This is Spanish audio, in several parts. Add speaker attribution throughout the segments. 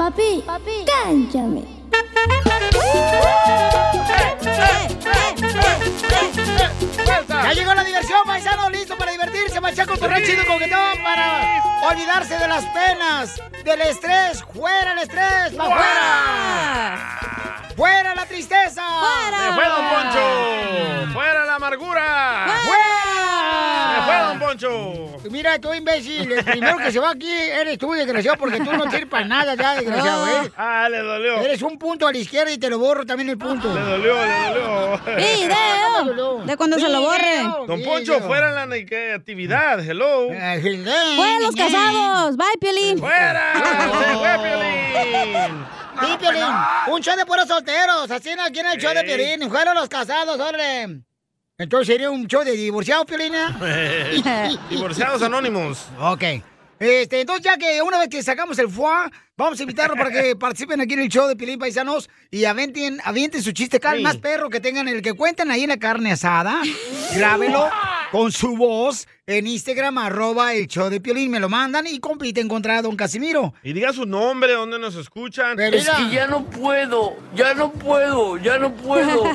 Speaker 1: Papi, papi, cánchame.
Speaker 2: Ya llegó la diversión, paisano, listo para divertirse, machaco, tu chido y coquetón, para olvidarse de las penas, del estrés, fuera el estrés, pa' fuera. Fuera la tristeza.
Speaker 3: ¡Se fue Don Poncho! ¡Fuera la amargura!
Speaker 2: ¡Fuera!
Speaker 3: ¡Se fue Don Poncho!
Speaker 2: Mira, tú imbécil, el primero que se va aquí eres tú, desgraciado, porque tú no sirves para nada ya, desgraciado, ¿eh?
Speaker 3: ¡Ah, le dolió! Ah.
Speaker 2: Eres un punto a la izquierda y te lo borro también el punto.
Speaker 3: Le dolió, le dolió.
Speaker 4: ¡Video! De cuando se lo borre.
Speaker 3: Don Poncho, fuera la negatividad, hello.
Speaker 4: ¡Fuera los casados! ¡Bye, Piolín!
Speaker 3: ¡Fuera! ¡Se fue Piolín!
Speaker 2: Sí,
Speaker 4: pues,
Speaker 2: Piolín. Un show de puros solteros. Así no quieren el show de Piolín. Fueron los casados, órale. Entonces sería un show de divorciados, Piolina.
Speaker 3: Divorciados Anónimos.
Speaker 2: Ok. Este, entonces ya que una vez que sacamos el foie, vamos a invitarlos para que participen aquí en el show de Piolín Paisanos y aventen, avienten su chiste, cada
Speaker 3: Sí.
Speaker 2: más perro que tengan, el que cuentan ahí en la carne asada, grábelo con su voz en Instagram, arroba el show de Piolín, me lo mandan y compiten contra Don Casimiro.
Speaker 3: Y diga su nombre, dónde nos escuchan.
Speaker 2: Pero mira.
Speaker 5: ya no puedo, ya no puedo, ya no puedo.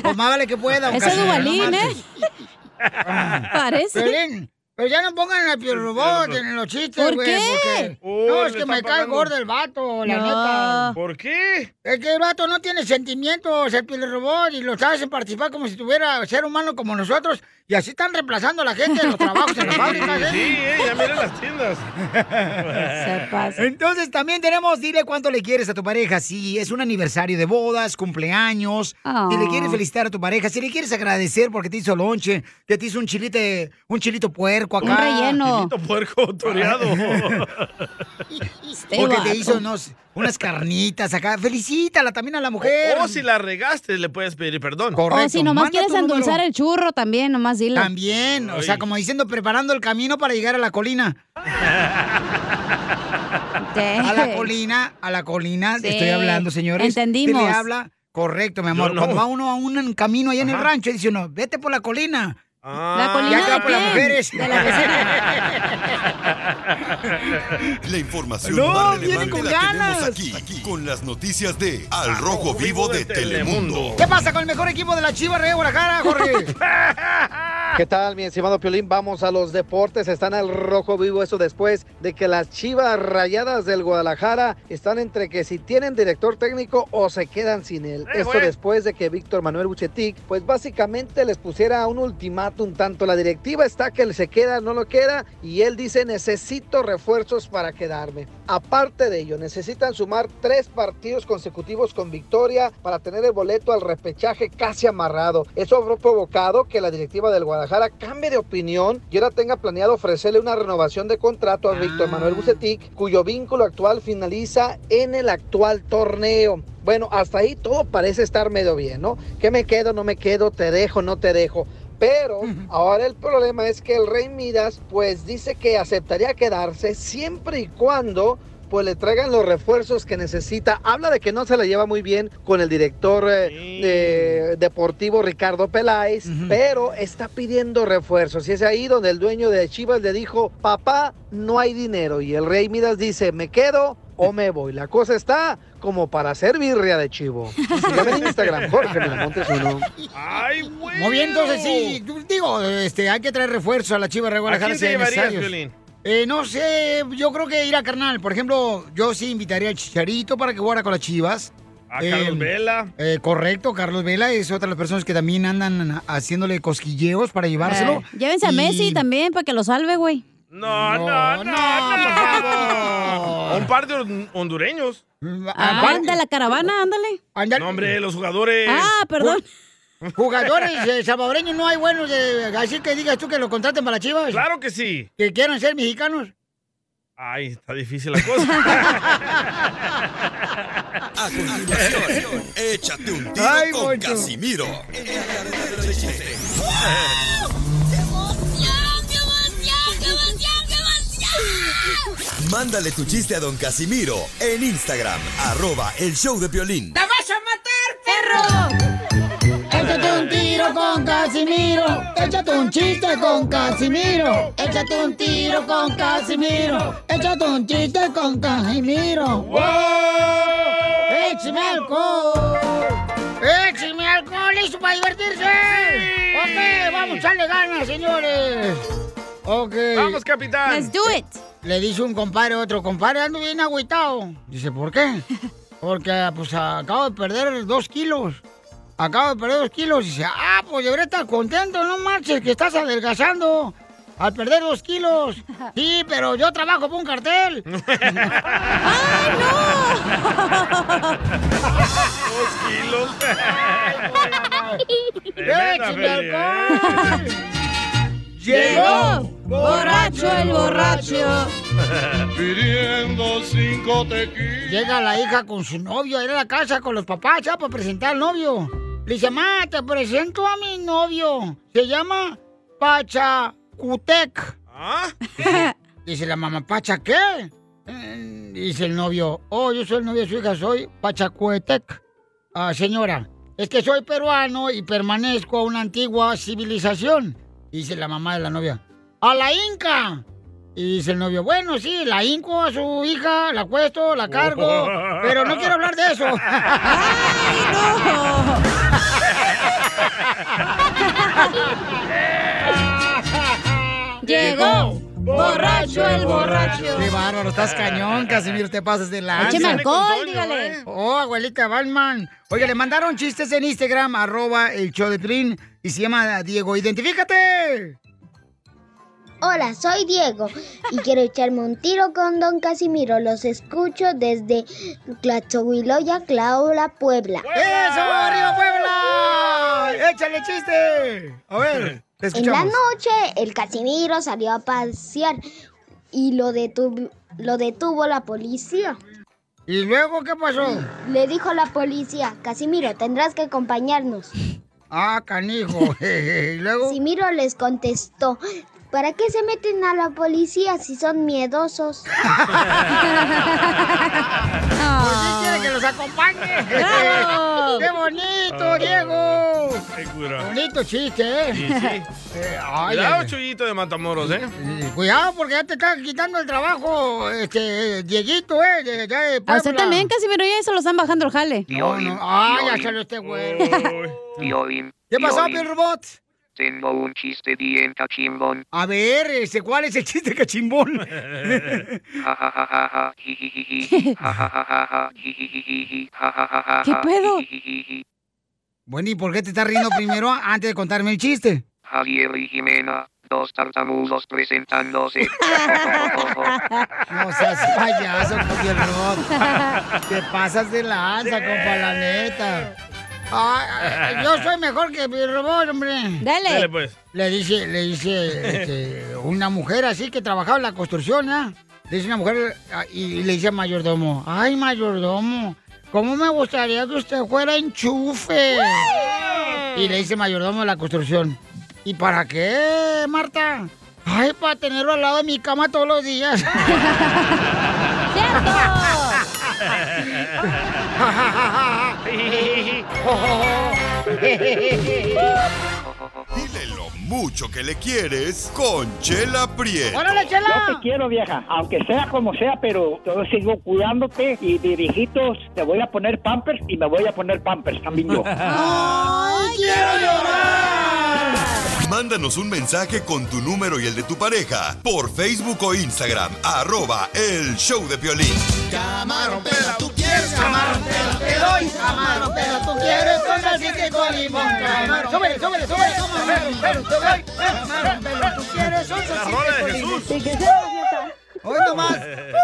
Speaker 2: Pues más vale que pueda. don
Speaker 4: Ese es
Speaker 2: Casimiro, no
Speaker 4: Dubalín,
Speaker 2: marches.
Speaker 4: ¿eh? Parece.
Speaker 2: Piolín, pero ya no pongan el Piolrobot en los chistes,
Speaker 4: ¿Por
Speaker 2: güey.
Speaker 4: qué?
Speaker 2: porque-
Speaker 3: Oh,
Speaker 2: no, es
Speaker 3: le
Speaker 2: que me
Speaker 3: están
Speaker 2: cae
Speaker 3: pagando.
Speaker 2: gordo el vato, la
Speaker 4: No.
Speaker 2: neta.
Speaker 3: ¿Por qué?
Speaker 2: Es que el vato no tiene sentimientos, el Piolrobot, y los hacen participar como si tuviera ser humano como nosotros. Y así están reemplazando a la gente en los trabajos, en las fábricas,
Speaker 3: Sí,
Speaker 2: ¿eh?
Speaker 3: eh, ya miren las tiendas.
Speaker 4: Se pasa.
Speaker 2: Entonces también tenemos, dile cuánto le quieres a tu pareja, si es un aniversario de bodas, cumpleaños,
Speaker 4: Ah.
Speaker 2: si le quieres felicitar a tu pareja, si le quieres agradecer porque te hizo lonche, que te hizo un chilite, un chilito puerco acá.
Speaker 4: Un relleno.
Speaker 3: Chilito puerco toreado.
Speaker 4: Este
Speaker 2: Porque
Speaker 4: vato.
Speaker 2: te hizo no sé, unas carnitas acá. Felicítala también a la mujer.
Speaker 3: O si la regaste, le puedes pedir perdón.
Speaker 2: Correcto.
Speaker 4: O si Oh, nomás
Speaker 2: Manda
Speaker 4: quieres
Speaker 2: tu número.
Speaker 4: endulzar el churro también, nomás dile.
Speaker 2: También, o sea,
Speaker 3: Ay.
Speaker 2: como diciendo, preparando el camino para llegar a la colina.
Speaker 4: Te-
Speaker 2: A la colina, a la colina,
Speaker 4: Sí.
Speaker 2: estoy hablando, señores.
Speaker 4: Entendimos.
Speaker 2: Se le habla, correcto, mi amor.
Speaker 3: Yo no.
Speaker 2: Cuando va uno a un camino allá en el
Speaker 3: Ajá.
Speaker 2: rancho, dice uno, vete por la colina.
Speaker 3: Ah,
Speaker 4: ¿La colina
Speaker 2: ya
Speaker 4: de
Speaker 2: te va por las
Speaker 4: quién?
Speaker 2: mujeres.
Speaker 4: De la vecina.
Speaker 6: La información
Speaker 2: No,
Speaker 6: más
Speaker 2: viene
Speaker 6: relevante
Speaker 2: con
Speaker 6: la
Speaker 2: ganas.
Speaker 6: tenemos aquí, aquí, con las noticias de Al Rojo Vivo de Telemundo.
Speaker 2: ¿Qué pasa con el mejor equipo de la Chiva Rey Guadalajara, Jorge?
Speaker 7: ¿Qué tal, mi estimado Piolín? Vamos a los deportes. Están al rojo vivo eso después de que las chivas rayadas del Guadalajara están entre que si tienen director técnico o se quedan sin él.
Speaker 3: ¡Eh,
Speaker 7: Esto
Speaker 3: güey!
Speaker 7: después de que Víctor Manuel Bucetic, pues básicamente les pusiera un ultimátum. Tanto la directiva está que él se queda, no lo queda, y él dice necesito refuerzos para quedarme. Aparte de ello, necesitan sumar tres partidos consecutivos con victoria para tener el boleto al repechaje casi amarrado. Eso habrá provocado que la directiva del Guadalajara cambie de opinión y ahora tenga planeado ofrecerle una renovación de contrato a Víctor Manuel Bucetic, cuyo vínculo actual finaliza en el actual torneo. Bueno, hasta ahí todo parece estar medio bien, ¿no? ¿Qué me quedo, no me quedo, te dejo, no te dejo? Pero ahora el problema es que el Rey Midas pues dice que aceptaría quedarse siempre y cuando pues le traigan los refuerzos que necesita. Habla de que no se la lleva muy bien con el director eh,
Speaker 3: Sí.
Speaker 7: eh, deportivo Ricardo Peláez,
Speaker 2: Ujú.
Speaker 7: pero está pidiendo refuerzos. Y es ahí donde el dueño de Chivas le dijo, papá, no hay dinero. Y el Rey Midas dice, me quedo o me voy. La cosa está como para ser birria de chivo. Sígueme en Instagram, Jorge Miramontes uno.
Speaker 3: Ay, güey.
Speaker 2: Muy bien, entonces sí, digo, este, hay que traer refuerzo a la Chiva Rey
Speaker 3: ¿A
Speaker 2: Guadalajara
Speaker 3: quién
Speaker 2: si
Speaker 3: te
Speaker 2: es
Speaker 3: llevarías,
Speaker 2: necesario.
Speaker 3: Violín?
Speaker 2: Eh, no sé, yo creo que ir a carnal. Por ejemplo, yo sí invitaría al Chicharito para que jugara con las Chivas.
Speaker 3: ¿A
Speaker 2: Eh,
Speaker 3: Carlos Vela?
Speaker 2: Eh, correcto, Carlos Vela es otra de las personas que también andan haciéndole cosquilleos para llevárselo.
Speaker 4: Eh, Llévense a
Speaker 2: Y-
Speaker 4: Messi también para que lo salve, güey.
Speaker 3: No,
Speaker 2: No,
Speaker 3: no, no, no,
Speaker 2: no, por favor.
Speaker 3: Un par de hon- hondureños.
Speaker 4: Ah,
Speaker 2: Aparte-
Speaker 4: de la caravana, ándale.
Speaker 2: ándale,
Speaker 3: No, hombre, los jugadores.
Speaker 4: Ah, perdón.
Speaker 2: Jugadores eh, salvadoreños no hay buenos, de, así que digas tú que lo contraten para las Chivas.
Speaker 3: Claro que sí.
Speaker 2: Que quieran ser mexicanos.
Speaker 3: Ay, está difícil la cosa.
Speaker 6: A continuación, échate un tiro
Speaker 2: Ay,
Speaker 6: con
Speaker 2: Poncho.
Speaker 6: Casimiro. Mándale tu chiste a don Casimiro en Instagram, arroba el show de violín.
Speaker 2: Échate un tiro con Casimiro. Échate un chiste con Casimiro. Échate un tiro con Casimiro. Échate un chiste con Casimiro.
Speaker 3: ¡Wow!
Speaker 2: vamos, echarle ganas, señores. Ok.
Speaker 3: Vamos, capitán.
Speaker 4: Let's do it.
Speaker 2: Le dice un compadre a otro compadre, ando bien agüitado. Dice, ¿por qué? Porque pues acabo de perder dos kilos. Acabo de perder dos kilos. Dice, ah, pues debería estar contento, no marches, que estás adelgazando. Al perder dos kilos. Sí, pero yo trabajo por un cartel.
Speaker 4: ¡Ay,
Speaker 3: Dos kilos.
Speaker 2: ¡Eh,
Speaker 3: Tremenda
Speaker 2: sin
Speaker 3: feria,
Speaker 2: alcohol!
Speaker 4: no! Llegó borracho el borracho.
Speaker 8: Pidiendo cinco tequilas.
Speaker 2: Llega la hija con su novio, era la casa con los papás, ya para presentar al novio. Le dice, ma, te presento a mi novio. Se llama Pachacutec.
Speaker 3: ¿Ah?
Speaker 2: Dice la mamá, ¿Pacha qué? Eh, Dice el novio, oh, yo soy el novio de su hija, soy Pachacuetec. Ah, señora, es que soy peruano y permanezco a una antigua civilización. Dice la mamá de la novia, ¡a la Inca! Y dice el novio, bueno, sí, la inco a su hija, la cuesto, la cargo, pero no quiero hablar de eso.
Speaker 4: ¡Ay, no! Llegó borracho el borracho. Ah.
Speaker 2: ¡Qué bárbaro! Estás cañón, Casimir, te pasas de la
Speaker 4: Écheme
Speaker 3: Ándale con
Speaker 4: alcohol,
Speaker 3: Toño,
Speaker 4: dígale.
Speaker 3: ¿eh?
Speaker 2: Oh, abuelita Batman. Oiga, le mandaron chistes en Instagram, arroba el show de Trin, y se llama Diego. ¡Identifícate!
Speaker 9: Hola, soy Diego y quiero echarme un tiro con Don Casimiro. Los escucho desde Tlaxcohuiloya, Claola, Puebla.
Speaker 2: ¡Eso, arriba, Puebla! ¡Échale chiste! A ver, te
Speaker 9: En la
Speaker 2: escuchamos.
Speaker 9: noche, el Casimiro salió a pasear y lo detuvo, lo detuvo la policía.
Speaker 2: ¿Y luego qué pasó?
Speaker 9: Le dijo a la policía, Casimiro, tendrás que acompañarnos.
Speaker 2: Ah, canijo. ¿Y luego?
Speaker 9: Casimiro les contestó, ¿para qué se meten a la policía si son miedosos?
Speaker 2: Pues sí quiere que los acompañe.
Speaker 4: ¡Bravo!
Speaker 2: ¡Qué
Speaker 4: Ah.
Speaker 2: bonito, Diego!
Speaker 3: eh, Qué cura.
Speaker 2: Bonito chiste, ¿eh?
Speaker 3: Sí, sí.
Speaker 2: Eh, ay,
Speaker 3: Cuidado,
Speaker 2: ay,
Speaker 3: Chuyito de Matamoros, ¿eh?
Speaker 2: ay. Cuidado porque ya te están quitando el trabajo, este, eh, Dieguito, ¿eh? De, ya de
Speaker 4: A usted
Speaker 2: Puebla.
Speaker 4: también, Casimiro, ya se lo están bajando el jale.
Speaker 2: No, no. Ay, ya salió este güey.
Speaker 3: Uy.
Speaker 10: Piolín,
Speaker 2: ¿Qué pasó,
Speaker 10: Piolín,
Speaker 2: Robot?
Speaker 10: Tengo un chiste bien cachimbón.
Speaker 2: A ver, este, ¿cuál es el chiste cachimbón?
Speaker 10: Ja, ja, ja, ja, ja, ji, ji, ji, ji. Ja, ja, ja, ja, ja, ji, ji, ji, ji, ji. Ja, ja, ja, ja,
Speaker 4: ¿Qué
Speaker 10: ja,
Speaker 4: pedo?
Speaker 10: ji, ji, ji, ji.
Speaker 2: Bueno, ¿y por qué te estás riendo primero antes de contarme el chiste?
Speaker 10: Javier y Jimena, dos tartamudos presentándose.
Speaker 2: No seas payaso, Javier Robot. Te pasas de lanza, compa, la neta. Ay, ay, yo soy mejor que mi robot, hombre.
Speaker 3: Dale,
Speaker 4: Dale.
Speaker 3: pues.
Speaker 2: Le dice, le dice este, una mujer así que trabajaba en la construcción, ¿ah? Le dice una mujer ah, y, y le dice al mayordomo, ay, mayordomo, ¿cómo me gustaría que usted fuera enchufe? Y le dice el mayordomo de la construcción, ¿y para qué, Marta? Ay, para tenerlo al lado de mi cama todos los días.
Speaker 4: ¡Cierto!
Speaker 6: Dile lo mucho que le quieres con Chela Prieto.
Speaker 2: ¡Órale,
Speaker 11: Yo
Speaker 2: chela!
Speaker 11: te quiero, vieja, aunque sea como sea, pero yo sigo cuidándote y de viejitos te voy a poner pampers y me voy a poner pampers también yo.
Speaker 2: ¡Ay, quiero llorar!
Speaker 6: Mándanos un mensaje con tu número y el de tu pareja por Facebook o Instagram, arroba el show de Piolín.
Speaker 2: Camarón, pero te doy. Camarón, pero tú quieres con salchicha y con limón. Camarón, súbele, súbele, súbele. Camarón, pero te doy. Camarón, pero tú quieres con
Speaker 3: La
Speaker 2: salchicha
Speaker 3: rola
Speaker 2: y
Speaker 3: de
Speaker 2: con limón.
Speaker 3: Jesús.
Speaker 2: Hoy nomás.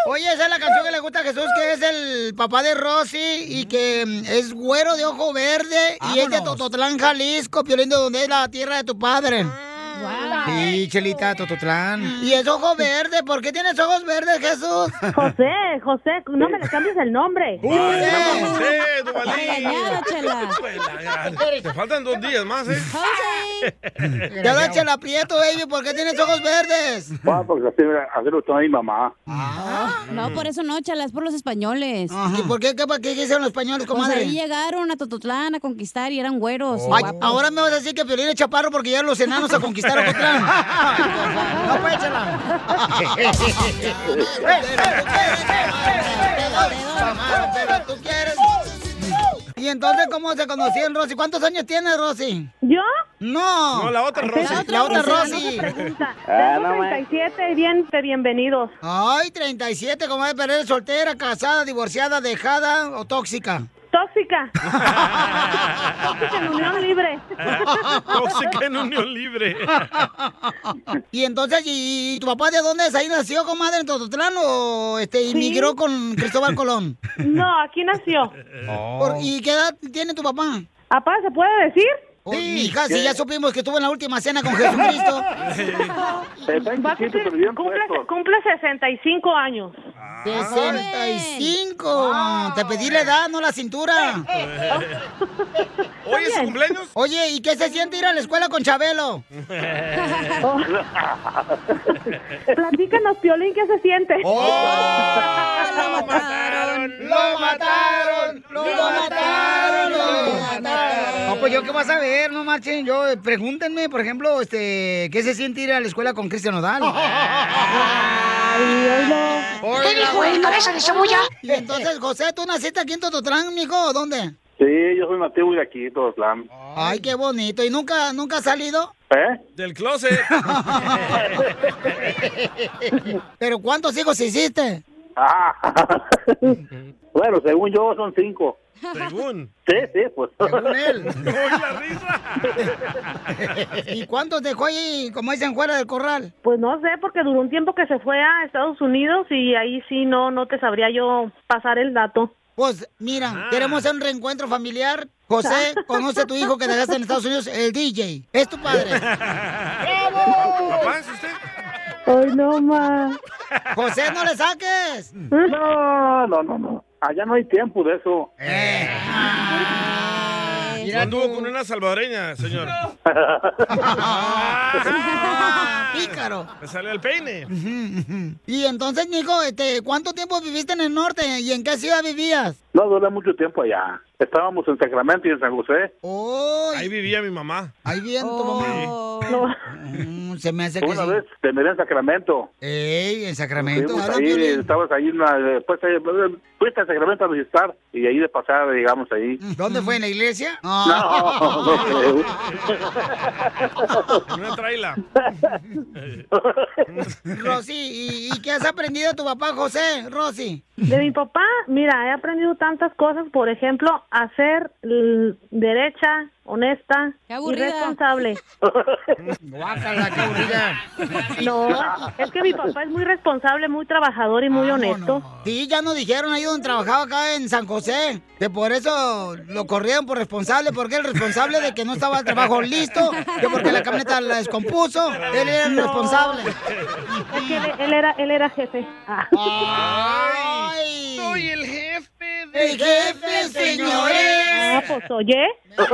Speaker 2: Oye, esa es la canción que le gusta a Jesús, que es el papá de Rosy y que mm, es güero de ojo verde y es de
Speaker 12: Vámonos.
Speaker 2: Tototlán, Jalisco, piolindo donde es la tierra de tu padre.
Speaker 6: Ah.
Speaker 2: Sí, Chelita, Tototlán. Y es ojo verde, ¿por qué tienes ojos verdes, Jesús?
Speaker 13: José, José, no me le cambies el nombre.
Speaker 3: Vaya, José,
Speaker 4: Engañado,
Speaker 3: Duvalín. Pues
Speaker 4: chela.
Speaker 3: Te faltan dos días más, ¿eh?
Speaker 4: José.
Speaker 2: Te habla Chela Prieto, baby, ¿por qué tienes ojos verdes?
Speaker 11: Va, porque así, así lo toma mi mamá.
Speaker 4: Ah, No, por eso no, chela, es por los españoles.
Speaker 2: ¿Y por qué, qué, qué hicieron los españoles,
Speaker 4: Pues ahí
Speaker 2: comadre?
Speaker 4: llegaron a Tototlán a conquistar y eran güeros. y
Speaker 2: Ay,
Speaker 4: guapos.
Speaker 2: ahora me vas a decir que Piolín es chaparro porque ya los enanos a conquistaron Ocotlán. no, pues, échala. Pero tú quieres. ¿Y entonces cómo se conocían, Rosy? ¿Cuántos años tienes, Rosy?
Speaker 13: ¿Yo?
Speaker 2: No.
Speaker 3: No, la otra
Speaker 13: Ay,
Speaker 3: Rosy.
Speaker 13: la otra La otra Rosy, Rosy. no se pregunta. Ah, no, man.
Speaker 2: 37 y bien, bienvenidos. Ay, 37, ¿cómo es perder soltera, casada, divorciada, dejada o tóxica? Tóxica. tóxica en unión libre.
Speaker 3: Tóxica en unión libre.
Speaker 2: y entonces, ¿y tu papá de dónde es? ¿Ahí nació, comadre, en Tototlán o este, inmigró con Cristóbal Colón? No, aquí nació. ¿Y qué edad tiene tu papá? ¿Papá se puede decir? Sí, hija, sí, ya supimos que estuvo en la última cena con Jesucristo.
Speaker 13: Va a cumplir- cumple, cumple 65 años.
Speaker 2: 65. Te pedí la edad, no la cintura. Oye, ¿su cumpleaños? Oye, ¿y qué se siente ir a la escuela con Chabelo?
Speaker 13: Platícanos, Piolín, ¿qué se siente?
Speaker 2: ¡Oh! ¡Lo mataron! ¡Lo mataron! ¡Lo mataron! ¡Lo mataron! No, pues yo qué vas a ver, no marchen. Yo, eh, pregúntenme, por ejemplo, este, ¿qué se siente ir a la escuela con Cristian Odal?
Speaker 8: ¿Qué dijo el cabeza de cebolla?
Speaker 2: Y entonces, José, ¿tú naciste aquí en Tototrán, mijo? ¿O dónde?
Speaker 14: Sí, yo soy nativo de aquí, todo plan.
Speaker 2: Ay, qué bonito. ¿Y nunca, nunca has salido?
Speaker 14: ¿Eh?
Speaker 3: Del closet.
Speaker 2: ¿Pero cuántos hijos hiciste?
Speaker 14: Ah. bueno, según yo son cinco.
Speaker 3: Según.
Speaker 14: Sí, sí, pues.
Speaker 2: Según él. ¿Y cuántos dejó ahí, como dicen, fuera del corral?
Speaker 13: Pues no sé, porque duró un tiempo que se fue a Estados Unidos y ahí sí no, no te sabría yo pasar el dato.
Speaker 2: Pues mira, queremos hacer un reencuentro familiar. José, conoce a tu hijo que dejaste en Estados Unidos, el DJ. Es tu padre.
Speaker 3: ¿Papá es usted?
Speaker 2: Ay, no, ma. ¿Eh? José, no le saques.
Speaker 14: No, no, no, no. Allá no hay tiempo de eso.
Speaker 2: Eh.
Speaker 3: No anduvo con una salvadoreña, señor.
Speaker 2: Pícaro.
Speaker 3: Me sale el peine.
Speaker 2: Y entonces, Nico, este, ¿cuánto tiempo viviste en el norte y en qué ciudad vivías?
Speaker 14: No duré mucho tiempo allá. Estábamos en Sacramento y en San José.
Speaker 3: Ahí vivía mi mamá.
Speaker 2: Ahí bien, tu Ah.
Speaker 3: Oh.
Speaker 2: mamá. Mm, se me hace que
Speaker 14: Una
Speaker 2: sí.
Speaker 14: vez te miré en Sacramento.
Speaker 2: Ey, en Sacramento.
Speaker 14: Estuvimos
Speaker 2: habla
Speaker 14: ahí,
Speaker 2: Piolín.
Speaker 14: estabas ahí, en la- después eh, fuiste a Sacramento a visitar y ahí de pasada llegamos ahí.
Speaker 2: ¿Dónde fue? ¿En la iglesia? Ah.
Speaker 14: No, no creo.
Speaker 3: En una traila.
Speaker 2: Rosy, ¿y, y qué has aprendido de tu papá José, Rosy?
Speaker 13: De mi papá, mira, he aprendido tantas cosas, por ejemplo, a ser l- derecha, honesta
Speaker 2: Qué
Speaker 13: y
Speaker 2: aburrida.
Speaker 13: responsable.
Speaker 2: Guácala, qué aburrida.
Speaker 13: No, es que mi papá es muy responsable, muy trabajador y muy honesto.
Speaker 2: Sí, ya nos dijeron ahí donde trabajaba acá en San José, que por eso lo corrieron por responsable, porque el responsable de que no estaba el trabajo listo, que porque la camioneta la descompuso, él era el
Speaker 13: No.
Speaker 2: responsable.
Speaker 13: Es que él, él era, él era jefe.
Speaker 2: ¡Ay!
Speaker 3: Soy el jefe
Speaker 2: ¡El jefe,
Speaker 13: Ah,
Speaker 2: señores!
Speaker 13: pues oye.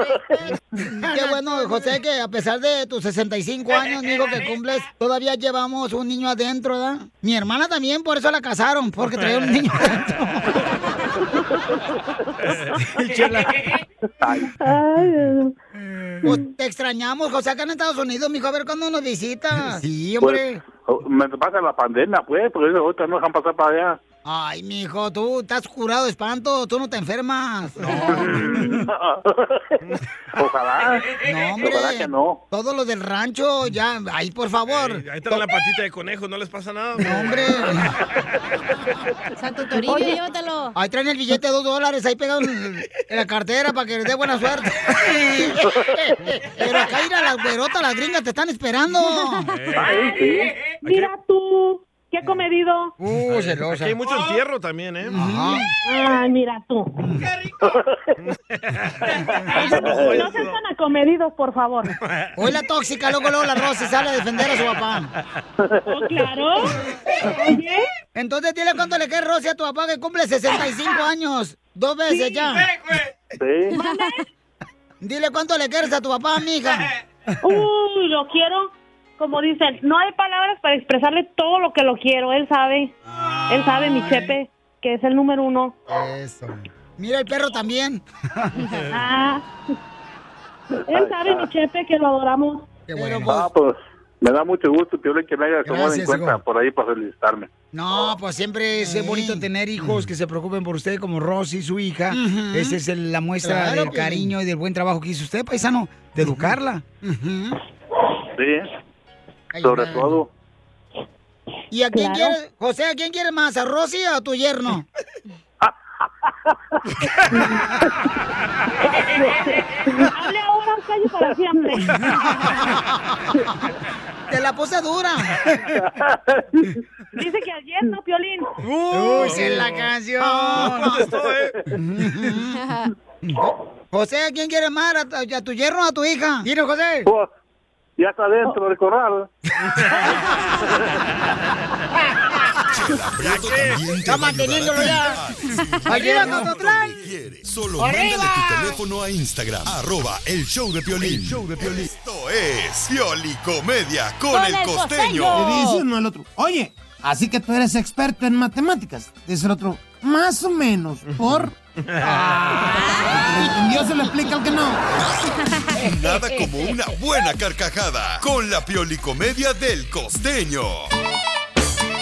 Speaker 2: Qué bueno, José, que a pesar de tus 65 años, digo que cumples, todavía llevamos un niño adentro, ¿verdad? Mi hermana también, por eso la casaron, porque traía un niño adentro. El chela. Pues, te extrañamos, José, acá en Estados Unidos, mijo, a ver cuándo nos visitas. Sí, hombre.
Speaker 14: Pues, me pasa la pandemia, pues, porque ahorita no dejan pasar para allá.
Speaker 2: Ay, mijo, tú estás curado de espanto, tú no te enfermas.
Speaker 14: Ojalá.
Speaker 2: No, hombre.
Speaker 14: Ojalá que no.
Speaker 2: Todos los del rancho, ya, ahí por favor.
Speaker 3: Ahí está la patita de conejo, no les pasa nada.
Speaker 2: No, hombre.
Speaker 4: Santo Toribio,
Speaker 2: Oye.
Speaker 4: llévatelo.
Speaker 2: Ahí traen el billete de dos dólares, ahí pegado en, en la cartera para que les dé buena suerte. Pero acá ir a las güerotas, las gringas te están esperando.
Speaker 13: Mira tú, qué comedido.
Speaker 2: Uh,
Speaker 3: Aquí hay mucho entierro también, ¿eh?
Speaker 13: Ay, mira tú. No sean tan acomedidos, por favor.
Speaker 2: Hoy la tóxica, luego, luego la Rosy sale a defender a su papá.
Speaker 13: claro. Oye.
Speaker 2: Entonces dile cuánto le queda Rosy a tu papá que cumple 65 años. Dos veces ya.
Speaker 14: Sí.
Speaker 2: Dile cuánto le quieres a tu papá, mija.
Speaker 13: Uy, lo quiero. Como dicen, no hay palabras para expresarle todo lo que lo quiero. Él sabe. Él sabe, mi chepe, que es el número uno.
Speaker 2: Eso. Mira el perro también.
Speaker 13: Ah. Él Ah. sabe, mi chepe, que lo adoramos.
Speaker 2: Qué bueno.
Speaker 14: Ah, pues, Me da mucho gusto, Piolín, que me hayas tomado en
Speaker 2: Gracias,
Speaker 14: cuenta
Speaker 2: hijo.
Speaker 14: por ahí para felicitarme.
Speaker 2: No, pues siempre es eh, bonito tener hijos que se preocupen por usted, como Rosy, su hija.
Speaker 9: Ujú.
Speaker 2: Esa es el- la muestra
Speaker 9: Claro,
Speaker 2: del
Speaker 9: Piolín.
Speaker 2: cariño y del buen trabajo que hizo usted, paisano, de educarla.
Speaker 14: Sí, sobre todo.
Speaker 2: ¿Y a quién
Speaker 14: Claro.
Speaker 2: quieres, José, a quién quieres más, a Rosy o a tu yerno?
Speaker 15: Hable a una calle para siempre.
Speaker 2: Te la puse dura.
Speaker 15: Dice que ayer no, Piolín.
Speaker 2: Uy, se la canción. José, ¿a quién quieres más, a, tu- a tu yerno o a tu hija? Dino, José.
Speaker 14: Pues, Ya está dentro del corral.
Speaker 2: Está manteniéndolo ya. Ayuda, Mazatlán.
Speaker 6: Solo
Speaker 2: ¡Arriba!
Speaker 6: mándale tu teléfono a Instagram, arroba el show de Piolín. Esto es Piolicomedia con, el costeño.
Speaker 16: Le dice uno al otro, oye, así que tú eres experto en matemáticas. Dice el otro, más o menos, por...
Speaker 6: Ah.
Speaker 16: Dios se lo explica al que no.
Speaker 6: Nada como una buena carcajada con la Piolicomedia del costeño.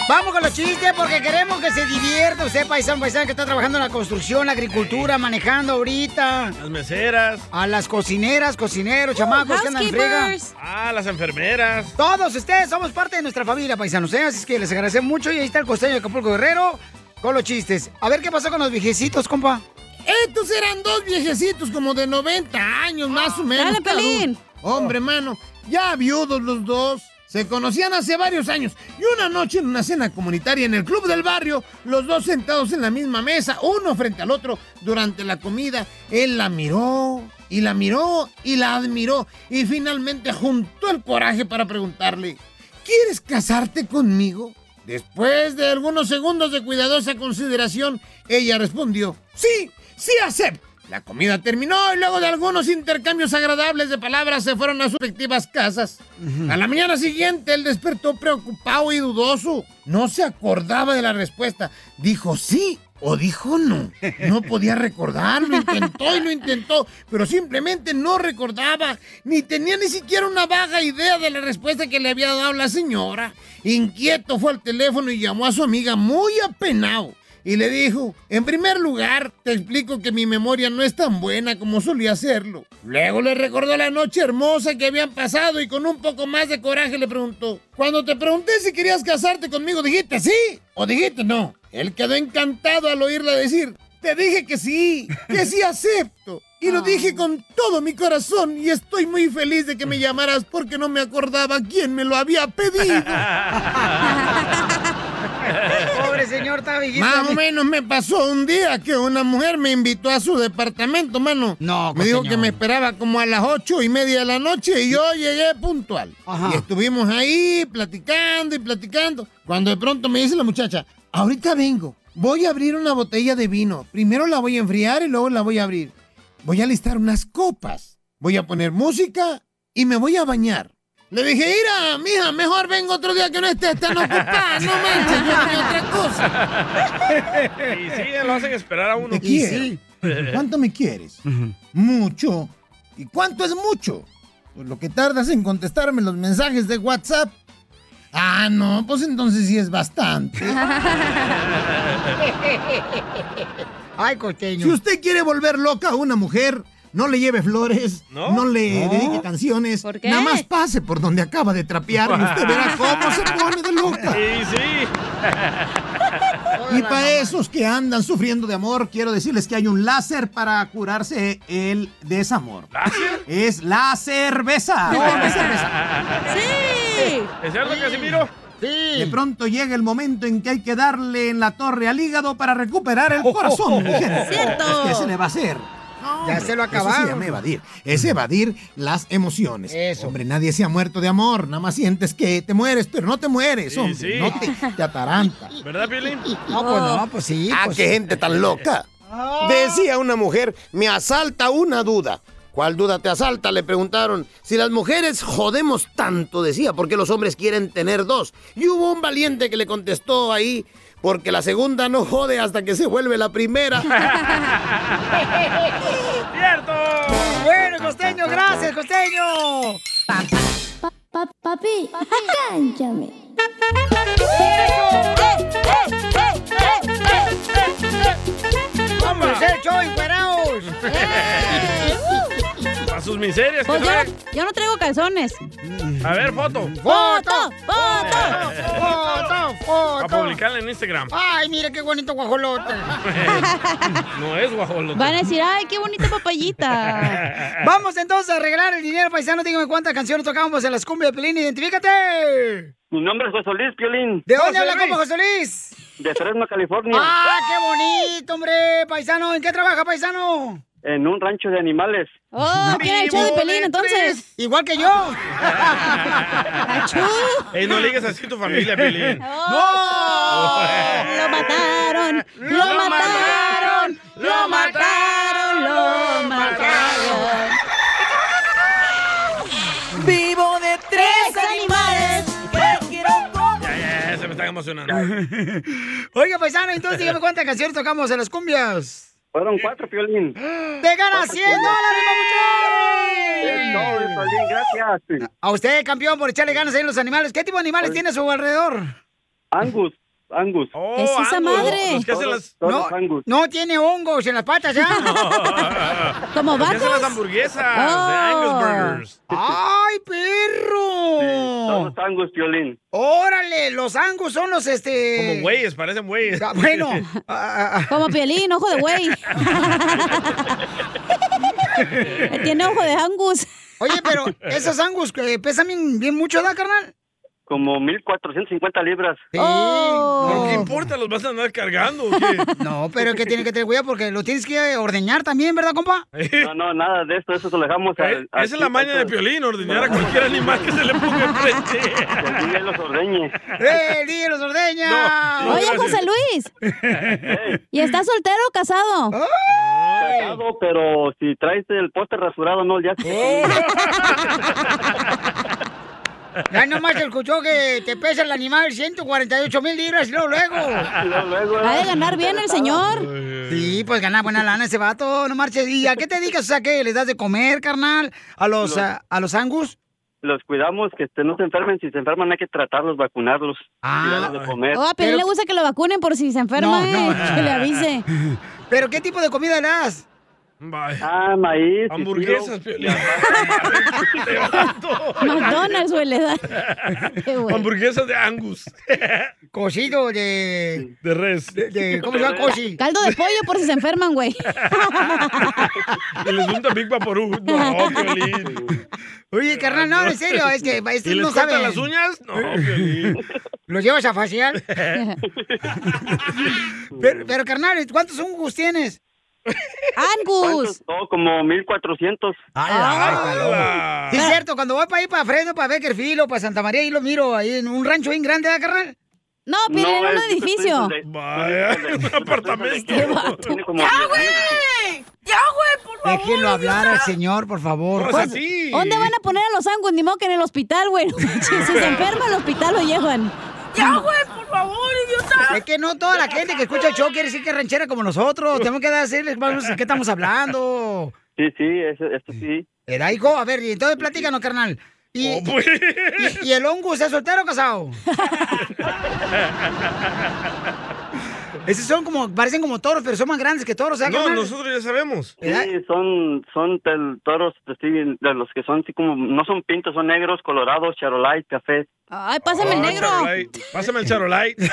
Speaker 2: Vamos con los chistes porque queremos que se divierta usted, paisano, paisano, que está trabajando en la construcción, la agricultura, manejando ahorita. Las meseras. A las cocineras, cocineros, chamacos que andan en frega.
Speaker 3: housekeepers. Ah, las enfermeras.
Speaker 2: Todos ustedes somos parte de nuestra familia, paisanos, ¿eh? Así es que les agradecemos mucho y ahí está el costeño de Acapulco Guerrero con los chistes. A ver qué pasó con los viejecitos, compa.
Speaker 16: Estos eran dos viejecitos como de 90 años, más o menos.
Speaker 4: Ah, dale,
Speaker 16: cada uno.
Speaker 4: Pelín.
Speaker 16: Hombre, mano, ya viudos los dos. Se conocían hace varios años y una noche en una cena comunitaria en el club del barrio, los dos sentados en la misma mesa, uno frente al otro, durante la comida, él la miró y la miró y la admiró y finalmente juntó el coraje para preguntarle, ¿quieres casarte conmigo? Después de algunos segundos de cuidadosa consideración, ella respondió, sí, sí acepto. La comida terminó y luego de algunos intercambios agradables de palabras se fueron a sus respectivas casas. A la mañana siguiente él despertó preocupado y dudoso. No se acordaba de la respuesta. Dijo sí o dijo no. No podía recordar, lo intentó y lo intentó, pero simplemente no recordaba, ni tenía ni siquiera una vaga idea de la respuesta que le había dado la señora. Inquieto fue al teléfono y llamó a su amiga muy apenado y le dijo, en primer lugar, te explico que mi memoria no es tan buena como solía serlo. Luego le recordó la noche hermosa que habían pasado y con un poco más de coraje le preguntó, cuando te pregunté si querías casarte conmigo, dijiste sí o dijiste no. Él quedó encantado al oírla decir, te dije que sí, que sí acepto. Y lo dije con todo mi corazón y estoy muy feliz de que me llamaras porque no me acordaba quién me lo había pedido.
Speaker 2: Pobre señor, está viejito.
Speaker 16: Más o menos me pasó un día que una mujer me invitó a su departamento, mano. No, Me dijo que me esperaba como a las ocho y media de la noche y yo llegué puntual. Y estuvimos ahí platicando y platicando. Cuando de pronto me dice la muchacha, ahorita vengo, voy a abrir una botella de vino. Primero la voy a enfriar y luego la voy a abrir. Voy a listar unas copas, voy a poner música y me voy a bañar. Le dije, mira, mija, mejor vengo otro día que no estés tan ocupada, no manches, yo quiero otra cosa.
Speaker 3: Y sí, ya lo hacen esperar a uno.
Speaker 16: Te quiero. ¿Cuánto me quieres? Mucho. ¿Y cuánto es mucho? Pues lo que tardas en contestarme los mensajes de WhatsApp. Ah, no, pues entonces sí es bastante.
Speaker 2: Ay, costeño.
Speaker 16: Si usted quiere volver loca a una mujer, no le lleve flores, no, le
Speaker 2: No.
Speaker 16: dedique canciones.
Speaker 2: qué?
Speaker 16: Nada más pase por donde acaba de trapear y usted verá cómo se pone de loca.
Speaker 3: Sí, sí.
Speaker 16: Y para esos que andan sufriendo de amor, quiero decirles que hay un láser para curarse el desamor. ¿Láser? Es la cerveza. Tome cerveza.
Speaker 3: ¡Sí! ¿Es cierto, Casimiro?
Speaker 16: De pronto llega el momento en que hay que darle en la torre al hígado para recuperar el corazón. mi gente.
Speaker 2: Cierto.
Speaker 16: ¿Qué se le va a hacer?
Speaker 2: Ya se lo
Speaker 16: Eso se
Speaker 2: acabaron.
Speaker 16: llama evadir. Es evadir las emociones.
Speaker 2: Eso.
Speaker 16: Hombre, nadie se ha muerto de amor. Nada más sientes que te mueres, pero no te mueres,
Speaker 3: Sí,
Speaker 16: hombre.
Speaker 3: sí.
Speaker 16: No te, te ataranta.
Speaker 3: ¿Verdad, Piolín?
Speaker 2: No, pues no, pues sí. Ah.
Speaker 17: Ah,
Speaker 2: pues.
Speaker 17: qué gente tan loca. Decía una mujer, me asalta una duda. ¿Cuál duda te asalta? Le preguntaron. Si las mujeres jodemos tanto, decía, porque los hombres quieren tener dos. Y hubo un valiente que le contestó ahí, porque la segunda no jode hasta que se vuelve la primera. Ah,
Speaker 2: ¡Cierto! Bueno, costeño, gracias, costeño.
Speaker 9: Papi, cánchame.
Speaker 2: ¡Vamos a hacer show, encueraos!
Speaker 3: A sus miserias.
Speaker 4: Pues
Speaker 3: que
Speaker 4: yo,
Speaker 3: trae.
Speaker 4: no- yo no traigo calzones.
Speaker 3: A ver, foto.
Speaker 4: ¡Foto! ¡Foto!
Speaker 2: ¡Foto, foto!
Speaker 3: A publicarla en Instagram.
Speaker 2: ¡Ay, mira qué bonito guajolote!
Speaker 3: No es guajolote.
Speaker 4: Van a decir, ay, qué bonita papayita.
Speaker 2: Vamos entonces a arreglar el dinero, paisano. Dígame cuántas canciones tocamos en las cumbias de Piolín. ¡Identifícate!
Speaker 14: Mi nombre es José Luis Piolín.
Speaker 2: ¿De dónde habla como José Luis?
Speaker 14: De Fresno, California.
Speaker 2: ¡Ah, qué bonito, hombre! Paisano, ¿en qué trabaja, paisano?
Speaker 14: En un rancho de animales.
Speaker 4: ¡Oh,
Speaker 2: ¿quién el show de Pelín entonces? Igual que yo.
Speaker 3: Ey, no ligues así a tu familia, Pelín.
Speaker 2: ¡No!
Speaker 4: ¡Lo mataron! ¡Lo mataron! ¡Lo mataron! ¡Lo mataron!
Speaker 18: Vivo de tres animales que quiero
Speaker 3: Ya, ya, ya, se me están emocionando.
Speaker 2: Oiga, paisano, entonces dígame cuántas canciones tocamos en las cumbias.
Speaker 14: Fueron cuatro, Piolín.
Speaker 2: ¡Te ganas 100 dólares,
Speaker 14: papuchón! gracias.
Speaker 2: Eh. A usted, campeón, por echarle ganas ahí en los animales. ¿Qué tipo de animales tiene a su alrededor?
Speaker 14: Angus, Angus.
Speaker 2: ¿Qué es esa Oh, Angus, madre? los que hacen las-
Speaker 14: No, Angus.
Speaker 2: No tiene hongos en las patas ya. ¿Como
Speaker 3: Así hacen
Speaker 2: vacas?
Speaker 3: las hamburguesas de
Speaker 2: Oh.
Speaker 3: Angus Burgers.
Speaker 2: ¡Ay, perro!
Speaker 14: Todos Angus, Piolín.
Speaker 2: Órale, los angus son los este.
Speaker 3: Como güeyes, parecen güeyes.
Speaker 2: Ah, Bueno, ah, ah, ah.
Speaker 4: Como Piolín, ojo de güey. Eh, Tiene ojo de angus.
Speaker 2: Oye, pero esos angus que pesan bien, bien mucho, ¿da, carnal?
Speaker 14: Como 1450 libras.
Speaker 3: Oh. ¿Por qué importa? ¿Los vas a andar cargando? o qué?
Speaker 2: No, pero que tiene que tener cuidado porque lo tienes que ordeñar también, ¿verdad, compa?
Speaker 14: No, no, nada de esto, eso se lo dejamos al-
Speaker 3: Eh,
Speaker 14: al
Speaker 3: Esa es la maña de
Speaker 14: chico, pues.
Speaker 3: Piolín, ordeñar a cualquier animal que se le ponga enfrente.
Speaker 14: al día los ordeñe.
Speaker 2: ¡Eh, el DJ los ordeña!
Speaker 14: No, no,
Speaker 4: Oye,
Speaker 14: gracias.
Speaker 4: José Luis. ¿Y estás soltero o casado?
Speaker 14: Casado, pero si traes el poste rasurado, no, ya.
Speaker 2: Ya nomás escuchó que te pesa el animal 148 mil libras y luego luego.
Speaker 4: Ha de ganar bien el señor.
Speaker 2: Sí, pues gana buena lana ese vato, no marches. ¿Y a qué te dedicas? O sea, ¿qué? ¿Les das de comer, carnal? ¿A los, a, a los angus?
Speaker 14: Los cuidamos, que este, no se enfermen. Si se enferman, hay que tratarlos, vacunarlos.
Speaker 18: Ah,
Speaker 14: darles de comer.
Speaker 4: O Oh,
Speaker 18: Oh,
Speaker 4: a Piolín le gusta que lo vacunen por si se enferma,
Speaker 14: No, no.
Speaker 4: eh, que le avise.
Speaker 2: ¿Pero qué tipo de comida le das?
Speaker 14: Ah, maíz.
Speaker 3: Hamburguesas, Piolín.
Speaker 4: McDonald's suele dar.
Speaker 3: Hamburguesas de Angus.
Speaker 2: Cocido de...
Speaker 3: De res.
Speaker 2: de- Eh, ¿cómo se llama? Cosi.
Speaker 4: Caldo de pollo por si se enferman, güey.
Speaker 3: Y les junta Big Vaporú. No, Piolín.
Speaker 2: Oye, carnal, no, en serio, es que este
Speaker 3: ¿Y les
Speaker 2: no
Speaker 3: cortan
Speaker 2: sabe.
Speaker 3: las uñas? No, Piolín.
Speaker 2: ¿Lo llevas a facial? pero, pero, carnal, ¿cuántos angus tienes?
Speaker 4: ¡Angus!
Speaker 14: Todo como 1400.
Speaker 3: Ah,
Speaker 2: Sí, es cierto, cuando voy para ahí, para Fresno, para Beckerfield o para Santa María, ahí lo miro ahí en un rancho bien grande, ¿verdad, carnal?
Speaker 4: No,
Speaker 14: pero No, en un es- edificio.
Speaker 3: Vaya, un apartamento.
Speaker 14: Tiene como
Speaker 18: ¡Ya, güey! ¡Ya, güey! Por favor.
Speaker 2: Déjenlo hablar al señor, por favor.
Speaker 4: Pues, ¿Dónde van a poner a los angus? Ni modo que en el hospital, güey. si se enferma, al hospital lo llevan.
Speaker 18: ¡Ya, güey! Por favor, idiota.
Speaker 2: Es que no toda la gente que escucha el show quiere decir que es ranchera como nosotros. Tenemos que decirles vamos, de qué estamos hablando.
Speaker 14: Sí, sí, eso, esto sí. Oh, pues.
Speaker 2: Era hijo, a ver, y entonces platícanos, carnal. ¿Y, y- y el hongo es soltero o casado? Esos son como, parecen como toros, pero son más grandes que toros, ¿eh,
Speaker 3: No,
Speaker 2: carnal?
Speaker 3: nosotros ya sabemos.
Speaker 14: Sí, son, son tel- toros así, de los que son así como, no son pintos, son negros, colorados, charolais, cafés.
Speaker 4: Ay, pásame el
Speaker 3: Ah,
Speaker 4: negro.
Speaker 3: Charolite. Pásame el charolite.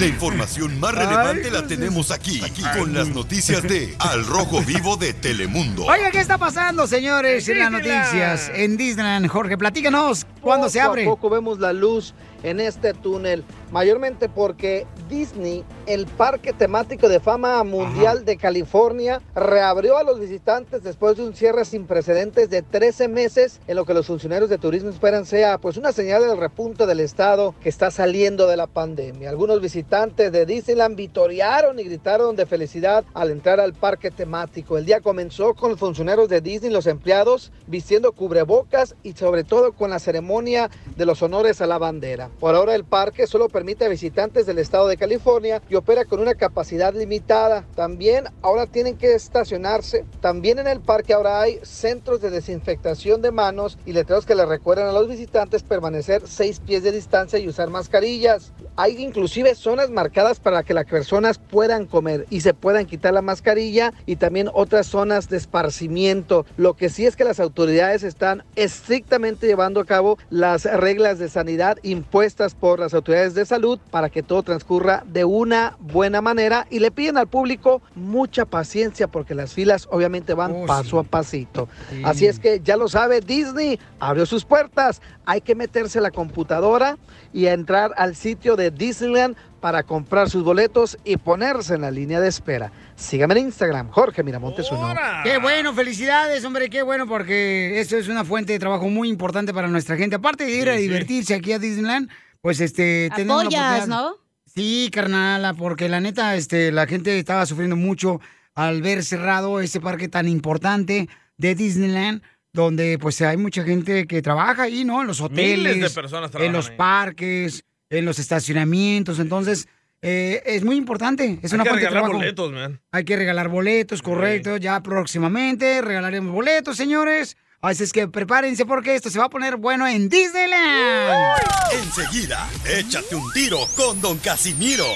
Speaker 6: La información más relevante la tenemos aquí, aquí, con las noticias de Al Rojo Vivo de Telemundo.
Speaker 2: Oiga, ¿qué está pasando, señores, en las
Speaker 6: Disneyland.
Speaker 2: noticias? En Disneyland, Jorge, platícanos cuándo se
Speaker 7: Poco a
Speaker 2: abre.
Speaker 7: poco vemos la luz en este túnel, mayormente porque Disney, el parque temático de fama mundial de California, reabrió a los visitantes después de un cierre sin precedentes de 13 meses, en lo que los funcionarios de turismo esperan sea pues una señal del repunte del estado que está saliendo de la pandemia. Algunos visitantes de Disneyland vitorearon y gritaron de felicidad al entrar al parque temático. El día comenzó con los funcionarios de Disney, los empleados vistiendo cubrebocas y sobre todo con la ceremonia de los honores a la bandera. Por ahora el parque solo permite permite a visitantes del estado de California y opera con una capacidad limitada. También ahora tienen que estacionarse. También en el parque ahora hay centros de desinfectación de manos y letreros que le recuerdan a los visitantes permanecer seis pies de distancia y usar mascarillas. Hay inclusive zonas marcadas para que las personas puedan comer y se puedan quitar la mascarilla y también otras zonas de esparcimiento. Lo que sí es que las autoridades están estrictamente llevando a cabo las reglas de sanidad impuestas por las autoridades de salud para que todo transcurra de una buena manera y le piden al público mucha paciencia porque las filas obviamente van paso a pasito.
Speaker 16: Sí.
Speaker 7: Así es que ya lo sabe Disney, abrió sus puertas, hay que meterse a la computadora y a entrar al sitio de Disneyland para comprar sus boletos y ponerse en la línea de espera. Sígame en Instagram, Jorge Miramontes uno.
Speaker 2: Qué bueno, felicidades, hombre, qué bueno, porque eso es una fuente de trabajo muy importante para nuestra gente. Aparte de ir a
Speaker 4: Sí, sí.
Speaker 2: divertirse aquí a Disneyland, pues este, tenemos la
Speaker 4: Apoyas,
Speaker 2: oportunidad-
Speaker 4: ¿no?
Speaker 2: Sí, carnala, porque la neta, este, la gente estaba sufriendo mucho al ver cerrado este parque tan importante de Disneyland, donde pues hay mucha gente que trabaja ahí, ¿no? En los hoteles,
Speaker 3: Miles de personas
Speaker 2: en
Speaker 3: trabajan
Speaker 2: los
Speaker 3: ahí.
Speaker 2: parques, en los estacionamientos, entonces eh, es muy importante, es
Speaker 3: Hay
Speaker 2: una
Speaker 3: que
Speaker 2: fuente de
Speaker 3: regalar
Speaker 2: trabajo.
Speaker 3: boletos, man.
Speaker 2: Hay que regalar boletos, correcto. Ya próximamente regalaremos boletos, señores. Así es que prepárense porque esto se va a poner bueno en Disneyland.
Speaker 6: Enseguida, échate un tiro con Don Casimiro.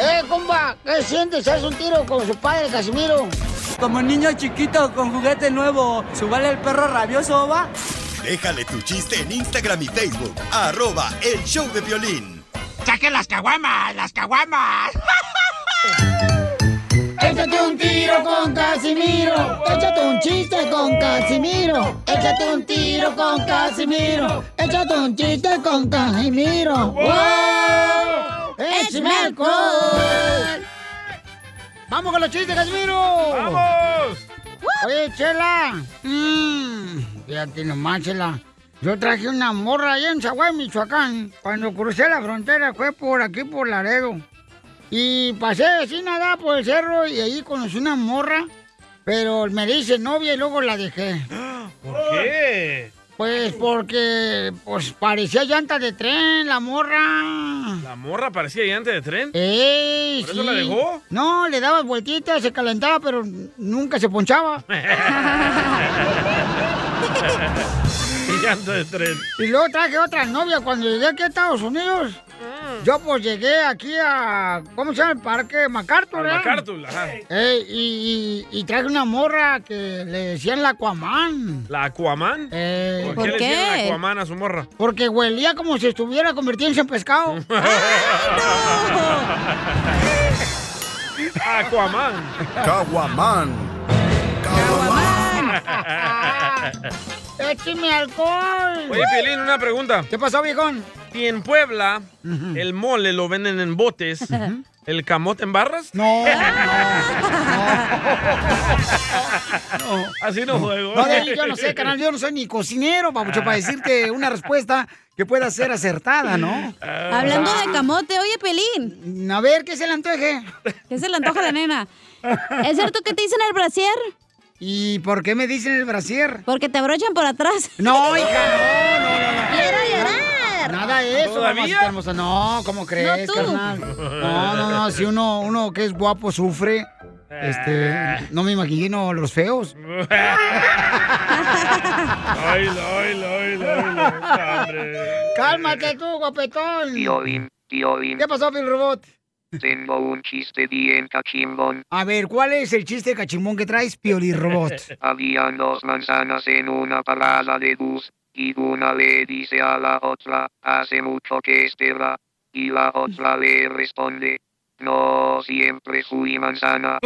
Speaker 2: ¡Eh, compa! ¿Qué sientes? ¿Haz un tiro con su padre, Casimiro?
Speaker 18: Como niño chiquito con juguete nuevo, ¿subale el perro rabioso, va?
Speaker 6: Déjale tu chiste en Instagram y Facebook, arroba el show de violín.
Speaker 18: ¡Saque las caguamas, las caguamas!
Speaker 2: Échate un tiro con Casimiro. Échate un chiste con Casimiro. Échate un tiro con Casimiro. Échate un chiste con Casimiro.
Speaker 18: ¡Wow!
Speaker 2: ¡Échame alcohol! ¡Vamos con los chistes, Casimiro! ¡Vamos! Oye, Chela. Mm, fíjate nomás, Chela. Yo traje una morra allá en Zaguay, Michoacán. Cuando crucé la frontera fue por aquí, por Laredo. Y pasé así nada por el cerro y ahí conocí una morra. Pero me dice novia y luego la dejé.
Speaker 3: ¿Por qué?
Speaker 2: Pues porque pues parecía llanta de tren, la morra.
Speaker 3: La morra parecía llanta de tren.
Speaker 2: Eh. ¡Ey!
Speaker 3: ¿Por eso
Speaker 2: sí.
Speaker 3: la dejó?
Speaker 2: No, le daba vueltitas, se calentaba, pero nunca se ponchaba.
Speaker 3: llanta de tren.
Speaker 2: Y luego traje otra novia cuando llegué aquí a Estados Unidos.
Speaker 3: Mm.
Speaker 2: Yo pues llegué aquí a. ¿Cómo se llama? El parque MacArthur,
Speaker 3: Al
Speaker 2: ¿verdad?
Speaker 3: MacArthur, ajá.
Speaker 2: Ey, y, y- y traje una morra que le decían la Aquaman.
Speaker 3: ¿La Aquaman?
Speaker 2: Eh,
Speaker 3: ¿Por, qué, le decían la Aquaman a su morra?
Speaker 2: Porque huelía como si estuviera convirtiéndose en pescado.
Speaker 3: ¡Ah, Aquaman.
Speaker 6: Caguaman.
Speaker 2: Ah. ¡Écheme alcohol!
Speaker 3: Oye, Piolín, una pregunta.
Speaker 2: ¿Qué pasó, viejón?
Speaker 3: Si en Puebla el mole lo venden en botes, ¿el camote en barras?
Speaker 2: No.
Speaker 3: Así no juego.
Speaker 2: No, Deli, yo no sé, carnal, yo no soy ni cocinero, papucho, para decirte una respuesta que pueda ser acertada, ¿no?
Speaker 4: Ah. Hablando de camote, oye, Pelín.
Speaker 2: A ver, ¿qué se le antoje?
Speaker 4: ¿Qué se le antoja a la nena? ¿Es cierto que te dicen el brasier?
Speaker 2: ¿Y por qué me dicen el brasier?
Speaker 4: Porque te abrochan por atrás.
Speaker 2: No, hija, no, no, no.
Speaker 4: Quiero llorar.
Speaker 2: Nada de eso,
Speaker 4: ¿Todavía?
Speaker 2: mamacita hermosa. No, ¿cómo crees,
Speaker 4: No, tú.
Speaker 2: carnal? No, no, no, si uno, uno que es guapo sufre, este, no me imagino los feos.
Speaker 3: Ay, ay, ay,
Speaker 2: Cálmate tú, guapetón.
Speaker 5: Piolín, Piolín,
Speaker 2: ¿Qué pasó, Pil Robot?
Speaker 5: tengo un chiste bien cachimbón.
Speaker 2: A ver, ¿cuál es el chiste cachimón que traes, Pioli Robot?
Speaker 5: Habían dos manzanas en una parada de bus, y una le dice a la otra, hace mucho que espera, y la otra le responde, no siempre fui manzana.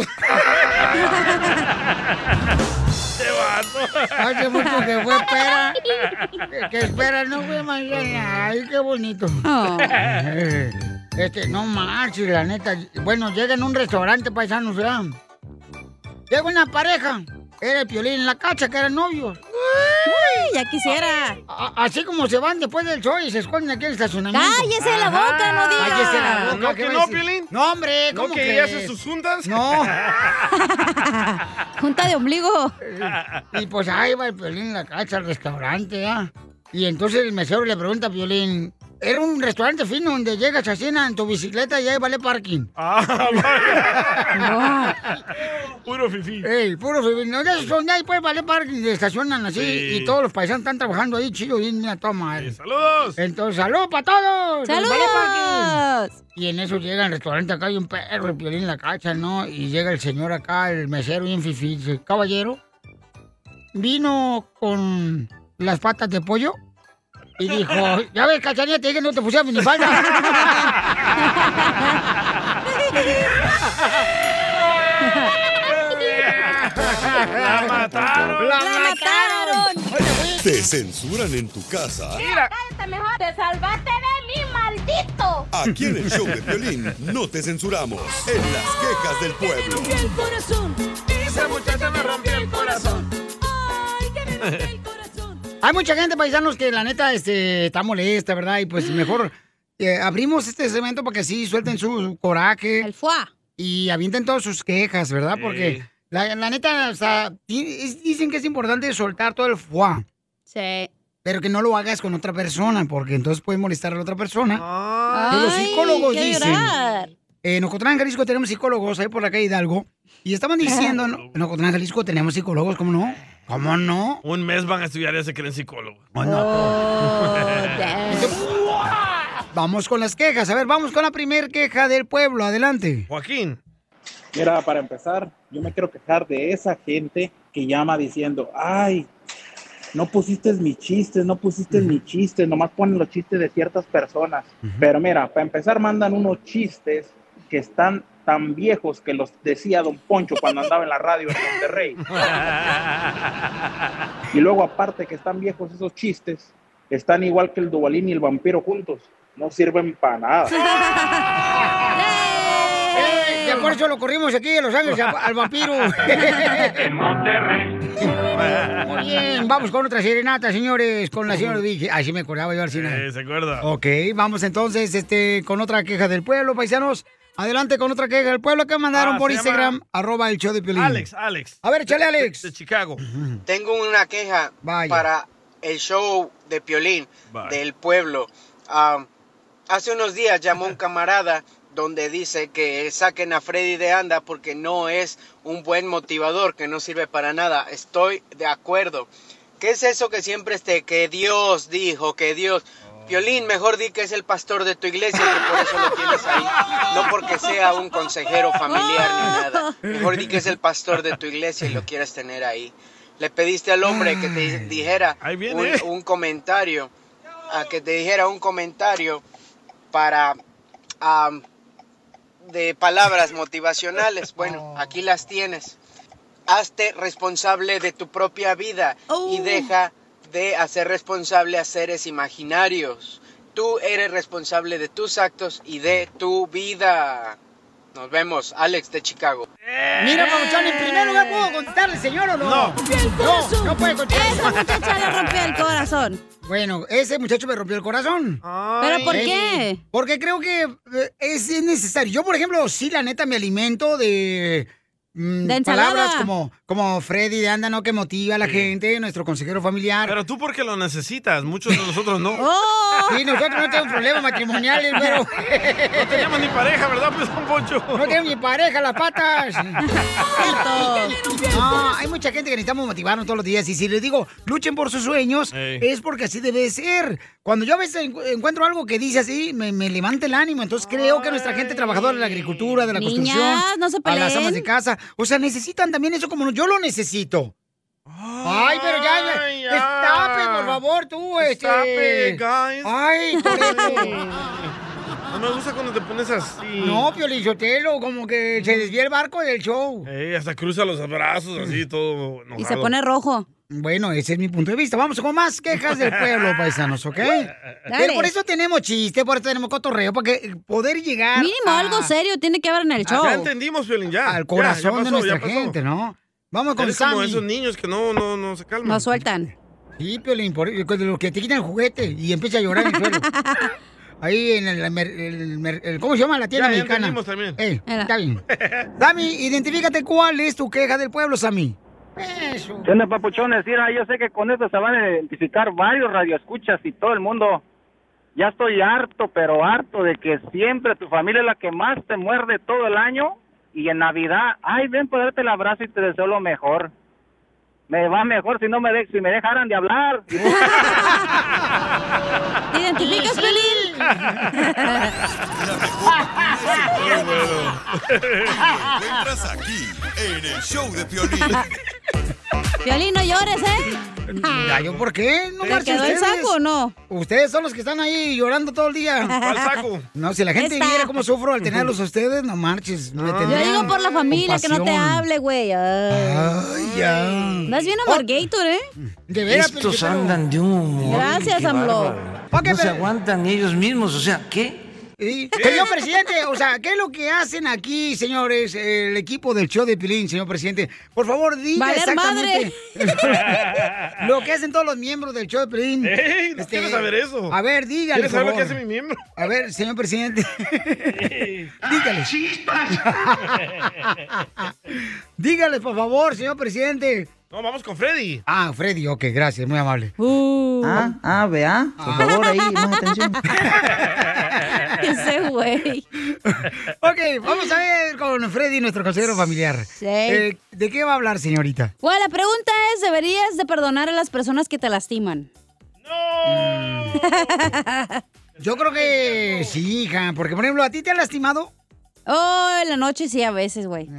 Speaker 2: Hace mucho que fue espera. Que, que espera, no fue mañana. Ay, qué bonito.
Speaker 4: Oh.
Speaker 2: Eh, Este, no marches, la neta. Bueno, llega en un restaurante paisano, ¿verdad? Llega una pareja. Era el piolín en la cacha, que eran novios. Uy, ya quisiera. así como se van después del show y se esconden aquí en el estacionamiento.
Speaker 4: Cállese la boca, no diga.
Speaker 2: Cállese la boca.
Speaker 4: ¿No
Speaker 2: ¿qué
Speaker 4: que
Speaker 2: va a
Speaker 4: no,
Speaker 2: decir?
Speaker 4: Piolín?
Speaker 2: No, hombre,
Speaker 4: ¿No
Speaker 2: ¿cómo
Speaker 4: que
Speaker 2: crees?
Speaker 4: hace sus
Speaker 3: juntas?
Speaker 2: No.
Speaker 4: Junta de ombligo.
Speaker 2: Y pues ahí va el Piolín en la cacha al restaurante, ¿ah? Y entonces el mesero le pregunta a Piolín, Era un restaurante fino donde llegas a cena en tu bicicleta y ahí vale parking.
Speaker 3: Ah,
Speaker 2: Puro fifí. Ey, puro fifí. No, de esos donde ahí pues vale parking, se estacionan así
Speaker 3: Sí.
Speaker 2: y todos los paisanos están trabajando ahí, chido, y mira, toma.
Speaker 3: ¡Saludos!
Speaker 2: Entonces, ¡salud para todos!
Speaker 4: ¡Saludos!
Speaker 2: Vale parking. y en eso llega al restaurante acá hay un perro, el violín en la cacha, ¿no? Y llega el señor acá, el mesero bien fifí, dice, caballero, vino con las patas de pollo y dijo, ya ves, cachanilla, te dije que no te pusieras minifalda.
Speaker 19: La mataron.
Speaker 2: La
Speaker 6: ¿Te censuran en tu casa?
Speaker 8: Cállate mejor. Te salvaste de mí, maldito.
Speaker 6: Aquí en el show de violín no te censuramos. En las quejas del pueblo.
Speaker 8: El corazón. Esa muchacha me rompió el corazón.
Speaker 2: Hay mucha gente, paisanos, que la neta este, está molesta, ¿verdad? Y pues mejor eh, abrimos este segmento para que sí suelten su coraje. El fuá. Y avienten todas sus quejas, ¿verdad? Porque
Speaker 8: Sí.
Speaker 2: la, la neta, o sea, di- es- dicen que es importante soltar todo el fuá. Sí. Pero que no lo hagas con otra persona, porque entonces puede molestar a la otra persona. Que los
Speaker 8: Ay,
Speaker 2: psicólogos
Speaker 8: quiero
Speaker 2: dicen. eh,
Speaker 8: llorar.
Speaker 2: En Ocotlán, Jalisco, tenemos psicólogos ahí por la calle Hidalgo. Y estaban diciendo, ¿no? en Ocotlán, Jalisco, tenemos psicólogos, ¿cómo no? ¿Cómo no?
Speaker 3: Un mes van a estudiar y se creen psicólogos.
Speaker 2: Oh. Vamos con las quejas. A ver, vamos con la primer queja del pueblo. Adelante.
Speaker 3: Joaquín.
Speaker 20: Mira, para empezar, yo me quiero quejar de esa gente que llama diciendo, ay, no pusiste mi chiste, no pusiste mi chiste, nomás ponen los chistes de ciertas personas. Pero mira, para empezar mandan unos chistes que están tan viejos que los decía don Poncho cuando andaba en la radio en Monterrey. Y luego aparte que están viejos esos chistes, están igual que el Dubalín y el vampiro juntos. No sirven para nada.
Speaker 2: Eh, ya por eso lo corrimos aquí en Los Ángeles a- al vampiro. Muy bien, vamos con otra serenata, señores, con la señora Vicky. Así me acordaba yo al
Speaker 3: Eh,
Speaker 2: final.
Speaker 3: ¿Se acuerda?
Speaker 2: Ok, vamos entonces este, con otra queja del pueblo, paisanos. Adelante con otra queja del pueblo que mandaron
Speaker 3: Ah,
Speaker 2: por
Speaker 3: se
Speaker 2: Instagram,
Speaker 3: llama-
Speaker 2: arroba el show de Piolín.
Speaker 3: Alex, Alex.
Speaker 2: A ver, échale,
Speaker 3: De- de-
Speaker 2: Alex.
Speaker 3: De, Chicago.
Speaker 21: Tengo una queja
Speaker 2: Vaya.
Speaker 21: para el show de Piolín
Speaker 3: Vaya.
Speaker 21: del pueblo. Am, hace unos días llamó un camarada donde dice que saquen a Freddy de anda porque no es un buen motivador, que no sirve para nada. Estoy de acuerdo. ¿Qué es eso que siempre esté? Que Dios dijo, que Dios... Piolín, mejor di que es el pastor de tu iglesia, que por eso lo tienes ahí. No porque sea un consejero familiar ni nada. Mejor di que es el pastor de tu iglesia y lo quieres tener ahí. Le pediste al hombre que te dijera un,
Speaker 3: viene.
Speaker 21: un comentario, a que te dijera un comentario para am, de palabras motivacionales.
Speaker 2: Oh.
Speaker 21: Bueno, aquí las tienes. Hazte responsable de tu propia vida
Speaker 2: Oh.
Speaker 21: y deja de hacer responsable a seres imaginarios. Tú eres responsable de tus actos y de tu vida. Nos vemos, Alex de Chicago.
Speaker 2: Mira, Pabuchón, en primer lugar puedo contestarle, señor, o no?
Speaker 21: No.
Speaker 2: no, no puede contestar.
Speaker 4: Esa muchacha le rompió el corazón.
Speaker 2: Bueno, ese muchacho me rompió el corazón.
Speaker 4: ¿Pero por
Speaker 2: Ey,
Speaker 4: qué?
Speaker 2: Porque creo que eh, es necesario. Yo, por ejemplo, sí, la neta, me alimento de, mm,
Speaker 4: De ensalada.
Speaker 2: palabras como, como Freddy de Anda, ¿no? Que motiva a la gente, nuestro consejero familiar.
Speaker 3: Pero tú porque lo necesitas, muchos de nosotros no.
Speaker 4: Oh.
Speaker 2: Sí, nosotros no tenemos problemas matrimoniales, pero...
Speaker 3: No tenemos ni pareja, ¿verdad, pues, don Poncho?
Speaker 2: No tenemos ni pareja, las patas. No, hay mucha gente que necesitamos motivarnos todos los días. Y si les digo, luchen por sus sueños,
Speaker 8: Ey.
Speaker 2: es porque así debe ser. Cuando yo a veces encu- encuentro algo que dice así, me, me levanta el ánimo. Entonces creo que nuestra gente trabajadora de la agricultura, de la
Speaker 4: Niñas,
Speaker 2: construcción,
Speaker 4: no se
Speaker 2: a las
Speaker 4: peleen.
Speaker 2: amas de casa, o sea, necesitan también eso como yo lo necesito.
Speaker 3: Ah.
Speaker 2: Ay, pero ya, ya.
Speaker 8: Ay, ya.
Speaker 2: Destape, por favor, tú, este.
Speaker 3: Destape, guys.
Speaker 2: Ay, Toreto.
Speaker 3: No me gusta cuando te pones así.
Speaker 2: No, Piolizotelo, como que se desvía el barco del show. Mm.
Speaker 3: Ey, hasta cruza los brazos así, todo enojado.
Speaker 2: rojo. Bueno, ese es mi punto de vista. Vamos con más quejas del pueblo, paisanos, ¿ok? Pero por eso tenemos chiste, por eso tenemos cotorreo, para que poder llegar.
Speaker 4: Mínimo algo serio tiene que haber en el
Speaker 2: Ah,
Speaker 4: show.
Speaker 2: ya
Speaker 3: entendimos, Violín, ya.
Speaker 2: Al corazón
Speaker 3: Ya, ya
Speaker 2: de
Speaker 3: pasó,
Speaker 2: nuestra
Speaker 3: ya pasó.
Speaker 2: gente, ¿no? Vamos con
Speaker 3: Eres
Speaker 2: Sammy.
Speaker 3: como esos niños que no, no, no se calman.
Speaker 2: No sueltan. Sí, Piolín, por de los que te quitan el juguete y empieza a llorar en el suelo. Ahí en el, mer- el mer- el- ¿Cómo se llama la tienda
Speaker 3: Ya, ya
Speaker 2: mexicana?
Speaker 3: entendimos también.
Speaker 2: Eh, está bien. Sammy, identifícate cuál es tu queja del pueblo, Sammy.
Speaker 10: ¿Qué onda, papuchones? Mira, yo sé que con esto se van a identificar varios radioescuchas y todo el mundo. ya estoy harto, pero harto de que siempre tu familia es la que más te muerde todo el año y en Navidad, ay, ven para darte el abrazo y te deseo lo mejor. Me va mejor si no me de, si me dejaran de hablar.
Speaker 4: ¿Te identificas, Pelín?
Speaker 6: Encuentras aquí, en el show de Piolín.
Speaker 4: Violín, no llores, ¿eh?
Speaker 2: Ya, ¿yo por qué? ¿No
Speaker 4: ¿Te
Speaker 2: marchen
Speaker 4: quedó el
Speaker 2: ustedes.
Speaker 4: saco o no?
Speaker 2: Ustedes son los que están ahí llorando todo el día.
Speaker 4: ¿Cuál saco?
Speaker 2: No, si la gente
Speaker 4: Esta.
Speaker 2: viera cómo sufro al tenerlos a ustedes, no marches. me
Speaker 4: Yo
Speaker 2: tendrían
Speaker 4: digo por la familia, que no te
Speaker 2: compasión.
Speaker 4: hable, güey. Ay,
Speaker 2: ya.
Speaker 4: Andas bien amargator, ¿eh?
Speaker 2: De
Speaker 22: Estos andan de un humor.
Speaker 4: Gracias,
Speaker 22: qué
Speaker 4: AMLO.
Speaker 22: bárbaro.
Speaker 2: Ok,
Speaker 22: No se
Speaker 2: pero-
Speaker 22: aguantan ellos mismos, o sea, ¿qué?
Speaker 2: Sí. Señor presidente, o sea, ¿qué es lo que hacen aquí, señores, el equipo del show de Pilín, señor presidente? Por favor, diga
Speaker 4: Valer
Speaker 2: exactamente lo que hacen todos los miembros del show de Pilín.
Speaker 3: Ey, no quiero saber eso.
Speaker 2: A ver, dígale,
Speaker 3: ¿Quieres
Speaker 2: por
Speaker 3: saber lo que
Speaker 2: favor.
Speaker 3: hace mi miembro?
Speaker 2: A ver, señor presidente. dígale. dígale, por favor, señor presidente.
Speaker 3: No, vamos con Freddy.
Speaker 2: Ah, Freddy, ok, gracias, muy amable.
Speaker 4: Ah,
Speaker 23: ah, vea. Por favor, ahí, más atención.
Speaker 4: Ese güey.
Speaker 2: Ok, vamos a ver con Freddy, nuestro consejero familiar.
Speaker 4: Sí.
Speaker 2: Eh, ¿De qué va a hablar, señorita?
Speaker 4: Bueno, la pregunta es, ¿deberías de perdonar a las personas que te lastiman?
Speaker 2: Yo creo que sí, hija, porque por ejemplo, ¿a ti te han lastimado?
Speaker 4: Oh, en la noche sí, a veces, güey. Tú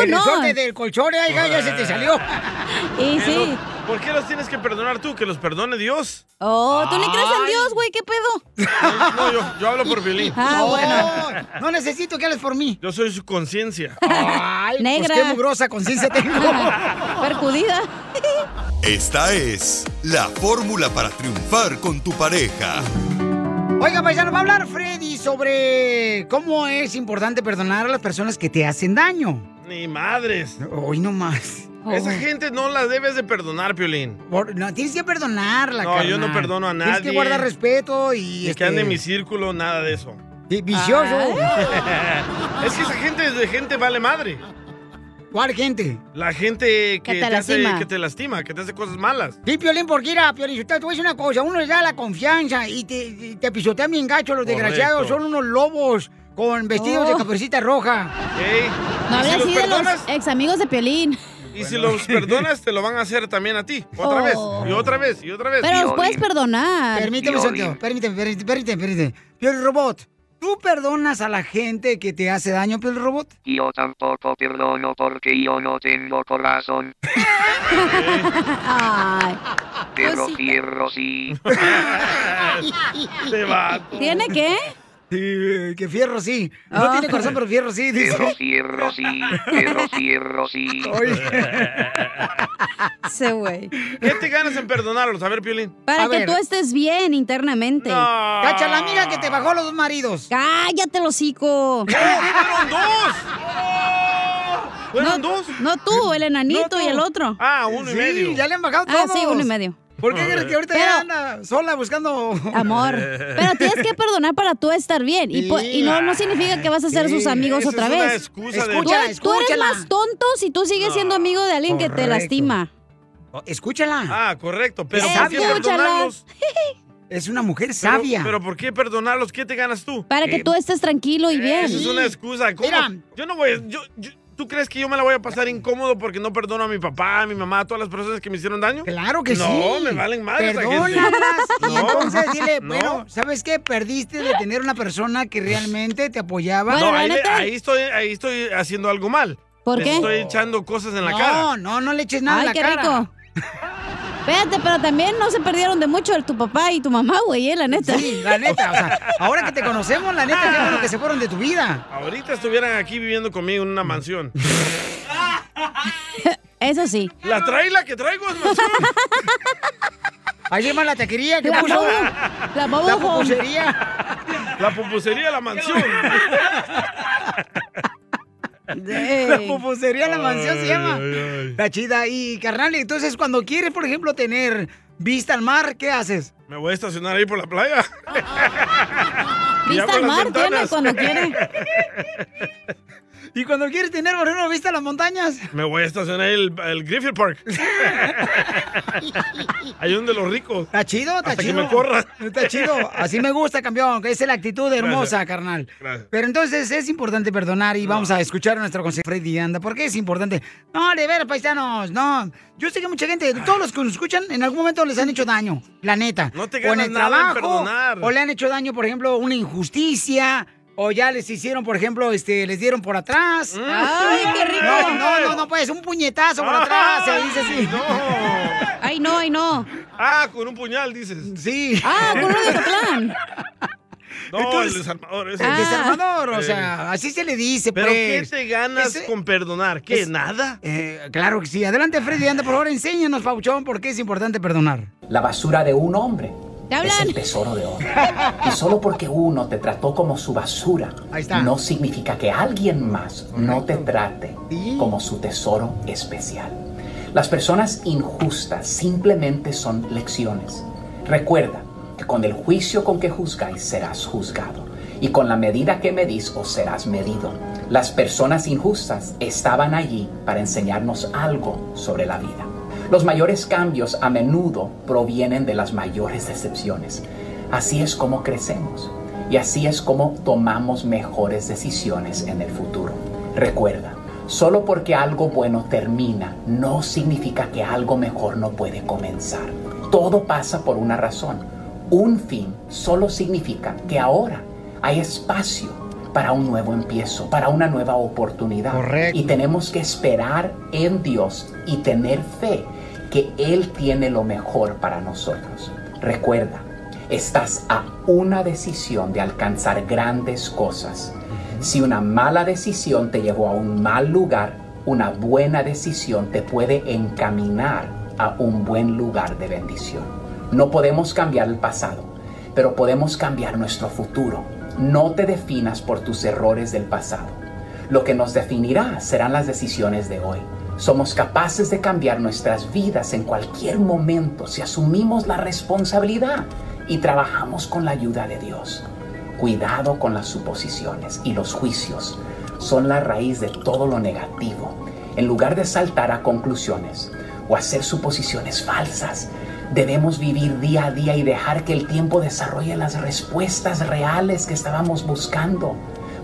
Speaker 2: Eh, El
Speaker 4: no.
Speaker 2: resorte del colchón, eh, hija, ya se te salió.
Speaker 4: Y
Speaker 3: Pero,
Speaker 4: sí.
Speaker 3: ¿Por qué los tienes que perdonar tú? Que los perdone Dios.
Speaker 4: Oh, ¿tú le crees en
Speaker 3: Ay.
Speaker 4: Dios, güey? ¿Qué pedo?
Speaker 3: No, no, yo, yo hablo por Billy.
Speaker 4: Ah,
Speaker 2: No, bueno. No necesito que hables por mí.
Speaker 3: Yo soy su conciencia.
Speaker 2: Ay, pues
Speaker 4: Negra.
Speaker 2: qué mugrosa conciencia tengo.
Speaker 4: Perjudida.
Speaker 6: Esta es la fórmula para triunfar con tu pareja.
Speaker 2: Oiga, paisano, va a hablar Freddy sobre cómo es importante perdonar a las personas que te hacen daño.
Speaker 3: Ni madres.
Speaker 2: Hoy no más.
Speaker 4: Oh.
Speaker 3: Esa gente no la debes de perdonar, Piolín.
Speaker 2: Por- no, tienes que perdonarla,
Speaker 3: No, yo no
Speaker 2: carnal.
Speaker 3: perdono a
Speaker 2: Tienes que
Speaker 3: nadie.
Speaker 2: guardar respeto y... este,
Speaker 3: Ni que ande en mi círculo, nada de eso. Ah.
Speaker 2: vicioso.
Speaker 3: es que esa gente es de gente vale madre.
Speaker 2: ¿Cuál gente?
Speaker 3: La gente que,
Speaker 2: Que te
Speaker 3: te hace-
Speaker 2: lastima.
Speaker 3: que te lastima, que te hace cosas malas.
Speaker 2: Sí, Piolín, porque mira, Piolín, yo te voy a decir una cosa, uno le da la confianza y te, y te pisotean bien gacho, los
Speaker 3: Correcto.
Speaker 2: desgraciados son unos lobos con vestidos de
Speaker 4: Oh.
Speaker 2: caperucita roja.
Speaker 3: ¿ok?
Speaker 4: No
Speaker 3: y
Speaker 4: hables
Speaker 3: si los
Speaker 4: así de los
Speaker 3: perdonas,
Speaker 4: ex amigos de Piolín.
Speaker 3: y si los perdonas, te lo van a hacer también a ti. Otra
Speaker 4: Oh.
Speaker 3: vez, y otra vez, y otra vez.
Speaker 4: Pero los puedes perdonar.
Speaker 2: Permíteme, Santiago, permíteme, permíteme, permíteme, permíteme. Piolín Robot, ¿tú perdonas a la gente que te hace daño, Piolín Robot?
Speaker 5: Yo tampoco perdono porque yo no tengo corazón,
Speaker 2: Ah,
Speaker 4: Ay.
Speaker 5: pero
Speaker 4: Pues sí.
Speaker 5: quiero sí.
Speaker 8: Este
Speaker 4: ¿Tiene qué?
Speaker 2: Sí, eh, que fierro sí. No
Speaker 4: Ah.
Speaker 2: tiene corazón, pero fierro sí, dice.
Speaker 5: Pero quiero sí, pero quiero sí.
Speaker 4: Ese güey.
Speaker 3: ¿Qué te ganas en perdonarlos? A ver, Piolín.
Speaker 4: Para
Speaker 3: A
Speaker 4: que
Speaker 3: ver.
Speaker 4: tú estés bien internamente.
Speaker 2: Cacha, la amiga que te bajó los dos maridos.
Speaker 4: ¡Cállate, el hocico!
Speaker 3: ¡Fueron dos!
Speaker 4: ¿Fueron dos? No tú, el enanito y el otro.
Speaker 3: Ah, uno y
Speaker 2: Sí,
Speaker 3: medio.
Speaker 2: ya le han bajado
Speaker 4: Ah,
Speaker 2: todos.
Speaker 4: sí, uno y medio.
Speaker 2: ¿Por qué crees que ahorita
Speaker 4: Pero-
Speaker 2: ya anda sola buscando
Speaker 4: Amor. Pero tienes que perdonar para tú estar bien. Y, po- y no, no significa que vas a ser
Speaker 2: Sí.
Speaker 4: sus amigos
Speaker 2: Esa
Speaker 4: otra
Speaker 2: es una
Speaker 4: vez.
Speaker 2: excusa de-
Speaker 4: Tú-
Speaker 2: Escúchala,
Speaker 4: tú, eres
Speaker 2: escúchala.
Speaker 4: más tonto si tú sigues siendo amigo de alguien que te
Speaker 2: Correcto.
Speaker 4: lastima.
Speaker 2: Escúchala.
Speaker 3: Ah, correcto. Pero
Speaker 4: Es
Speaker 3: ¿por qué
Speaker 4: sabio.
Speaker 3: perdonarlos?
Speaker 2: Es una mujer
Speaker 3: Pero-
Speaker 2: sabia.
Speaker 3: Pero, ¿por qué perdonarlos? ¿Qué te ganas tú? Eh,
Speaker 4: Para que tú estés tranquilo y bien.
Speaker 3: Esa es una excusa. ¿Cómo?
Speaker 4: Mira.
Speaker 3: Yo no voy a... yo- yo- ¿Tú crees que yo me la voy a pasar incómodo porque no perdono a mi papá, a mi mamá, a todas las personas que me hicieron daño?
Speaker 2: Claro que
Speaker 3: no,
Speaker 2: sí.
Speaker 3: No, me valen madre esa gente.
Speaker 2: Perdónalas y
Speaker 3: No,
Speaker 2: entonces dile,
Speaker 3: no.
Speaker 2: bueno, ¿sabes qué? Perdiste de tener una persona que realmente te apoyaba.
Speaker 3: no, ahí, le- ahí estoy, ahí estoy haciendo algo mal.
Speaker 4: ¿Por
Speaker 3: Les
Speaker 4: qué?
Speaker 3: Estoy echando cosas en la
Speaker 2: no,
Speaker 3: cara.
Speaker 2: no, no le eches nada
Speaker 4: Ay,
Speaker 2: en la
Speaker 4: qué
Speaker 2: cara.
Speaker 4: rico. Espérate, pero también no se perdieron de mucho el- tu papá y tu mamá, güey, eh, la neta.
Speaker 2: Sí, la neta, o sea, ahora que te conocemos, la neta, qué bueno que se fueron de tu vida.
Speaker 3: Ahorita estuvieran aquí viviendo conmigo en una mansión.
Speaker 4: Eso sí.
Speaker 3: La traila que traigo es mansión.
Speaker 2: Ayer más la taquería que
Speaker 3: La
Speaker 2: puso.
Speaker 3: bobo,
Speaker 4: la bobo
Speaker 2: La
Speaker 4: home.
Speaker 2: pupusería.
Speaker 3: La pupusería, la mansión.
Speaker 2: La pupusería, la mansión se
Speaker 3: Ay,
Speaker 2: llama.
Speaker 3: ay, ay.
Speaker 2: La chida. Y carnal, entonces cuando quieres, por ejemplo, tener vista al mar, ¿qué haces?
Speaker 3: Me voy a estacionar ahí por la playa. Y
Speaker 4: Vista
Speaker 3: abro
Speaker 4: al
Speaker 3: las
Speaker 4: mar, tiene
Speaker 3: ventanas.
Speaker 4: cuando quiere.
Speaker 2: ¿Y cuando quieres tener moreno, viste las montañas?
Speaker 3: Me voy a estacionar el, el Griffith Park. Ahí donde los ricos.
Speaker 2: Está chido, está
Speaker 3: Hasta que
Speaker 2: chido.
Speaker 3: me corra.
Speaker 2: Está chido. Así me gusta, campeón. que Esa es la actitud hermosa,
Speaker 3: Gracias.
Speaker 2: carnal.
Speaker 3: Gracias.
Speaker 2: Pero entonces es importante perdonar y vamos a escuchar a nuestro consejero Freddy Anda. ¿Por qué es importante? No, de veras, paisanos, no. Yo sé que mucha gente, todos los que nos escuchan, en algún momento les han hecho daño, la neta. No
Speaker 3: te
Speaker 2: o en
Speaker 3: ganas
Speaker 2: el
Speaker 3: nada en
Speaker 2: trabajo,
Speaker 3: perdonar.
Speaker 2: o le han hecho daño, por ejemplo, una injusticia. O ya les hicieron, por ejemplo, este, les dieron por atrás.
Speaker 4: ¡Ay, qué rico!
Speaker 2: Mm. No, no, no, no, pues, un puñetazo por atrás, se dice así.
Speaker 4: Ay, no, ay, no.
Speaker 3: Ah, con un puñal, dices.
Speaker 2: Sí.
Speaker 4: Ah, con uno de Ocotlán.
Speaker 3: No,
Speaker 2: Entonces-
Speaker 3: el desarmador. Ese.
Speaker 4: Ah.
Speaker 2: El desarmador, o
Speaker 3: Eh.
Speaker 2: sea, así se le dice,
Speaker 3: ¿Pero
Speaker 2: pues.
Speaker 3: qué te ganas con perdonar? ¿Qué,
Speaker 2: es-
Speaker 3: nada?
Speaker 2: Eh, claro que sí. Adelante, Freddy, anda, por favor, enséñanos, Pauchón, por qué es importante perdonar.
Speaker 1: La basura de un hombre es el tesoro de otro. Y solo porque uno te trató como su basura, no significa que alguien más no te trate como su tesoro especial. Las personas injustas simplemente son lecciones. Recuerda que con el juicio con que juzgáis serás juzgado y con la medida que medís os serás medido. Las personas injustas estaban allí para enseñarnos algo sobre la vida. Los mayores cambios a menudo provienen de las mayores decepciones. Así es como crecemos y así es como tomamos mejores decisiones en el futuro. Recuerda, solo porque algo bueno termina no significa que algo mejor no puede comenzar. Todo pasa por una razón. Un fin solo significa que ahora hay espacio para un nuevo empiezo, para una nueva oportunidad. Y tenemos que esperar en Dios y tener fe que Él tiene lo mejor para nosotros. Recuerda, estás a una decisión de alcanzar grandes cosas. Si una mala decisión te llevó a un mal lugar, una buena decisión te puede encaminar a un buen lugar de bendición. No podemos cambiar el pasado, pero podemos cambiar nuestro futuro. No te definas por tus errores del pasado. Lo que nos definirá serán las decisiones de hoy. Somos capaces de cambiar nuestras vidas en cualquier momento si asumimos la responsabilidad y trabajamos con la ayuda de Dios. Cuidado con las suposiciones y los juicios. Son la raíz de todo lo negativo. En lugar de saltar a conclusiones o hacer suposiciones falsas, debemos vivir día a día y dejar que el tiempo desarrolle las respuestas reales que estábamos buscando.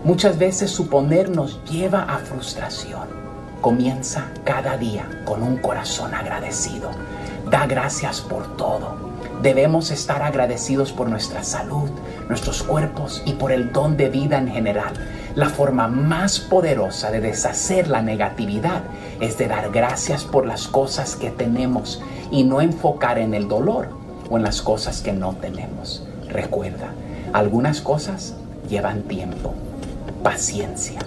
Speaker 1: Muchas veces suponer nos lleva a frustración. Comienza cada día con un corazón agradecido. Da gracias por todo. Debemos estar agradecidos por nuestra salud, nuestros cuerpos y por el don de vida en general. La forma más poderosa de deshacer la negatividad es de dar gracias por las cosas que tenemos y no enfocar en el dolor o en las cosas que no tenemos. Recuerda, algunas cosas llevan tiempo, paciencia.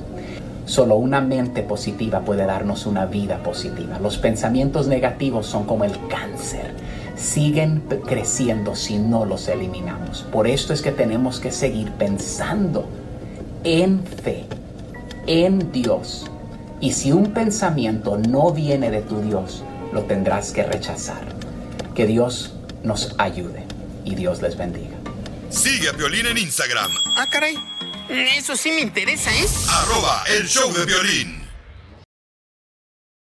Speaker 1: Solo una mente positiva puede darnos una vida positiva. Los pensamientos negativos son como el cáncer. Siguen p- creciendo si no los eliminamos. Por esto es que tenemos que seguir pensando en fe, en Dios. Y si un pensamiento no viene de tu Dios, lo tendrás que rechazar. Que Dios nos ayude y Dios les bendiga.
Speaker 6: Sigue a Piolín en Instagram,
Speaker 24: Ah, caray. Eso sí me interesa, ¿eh?
Speaker 6: arroba el show de violín.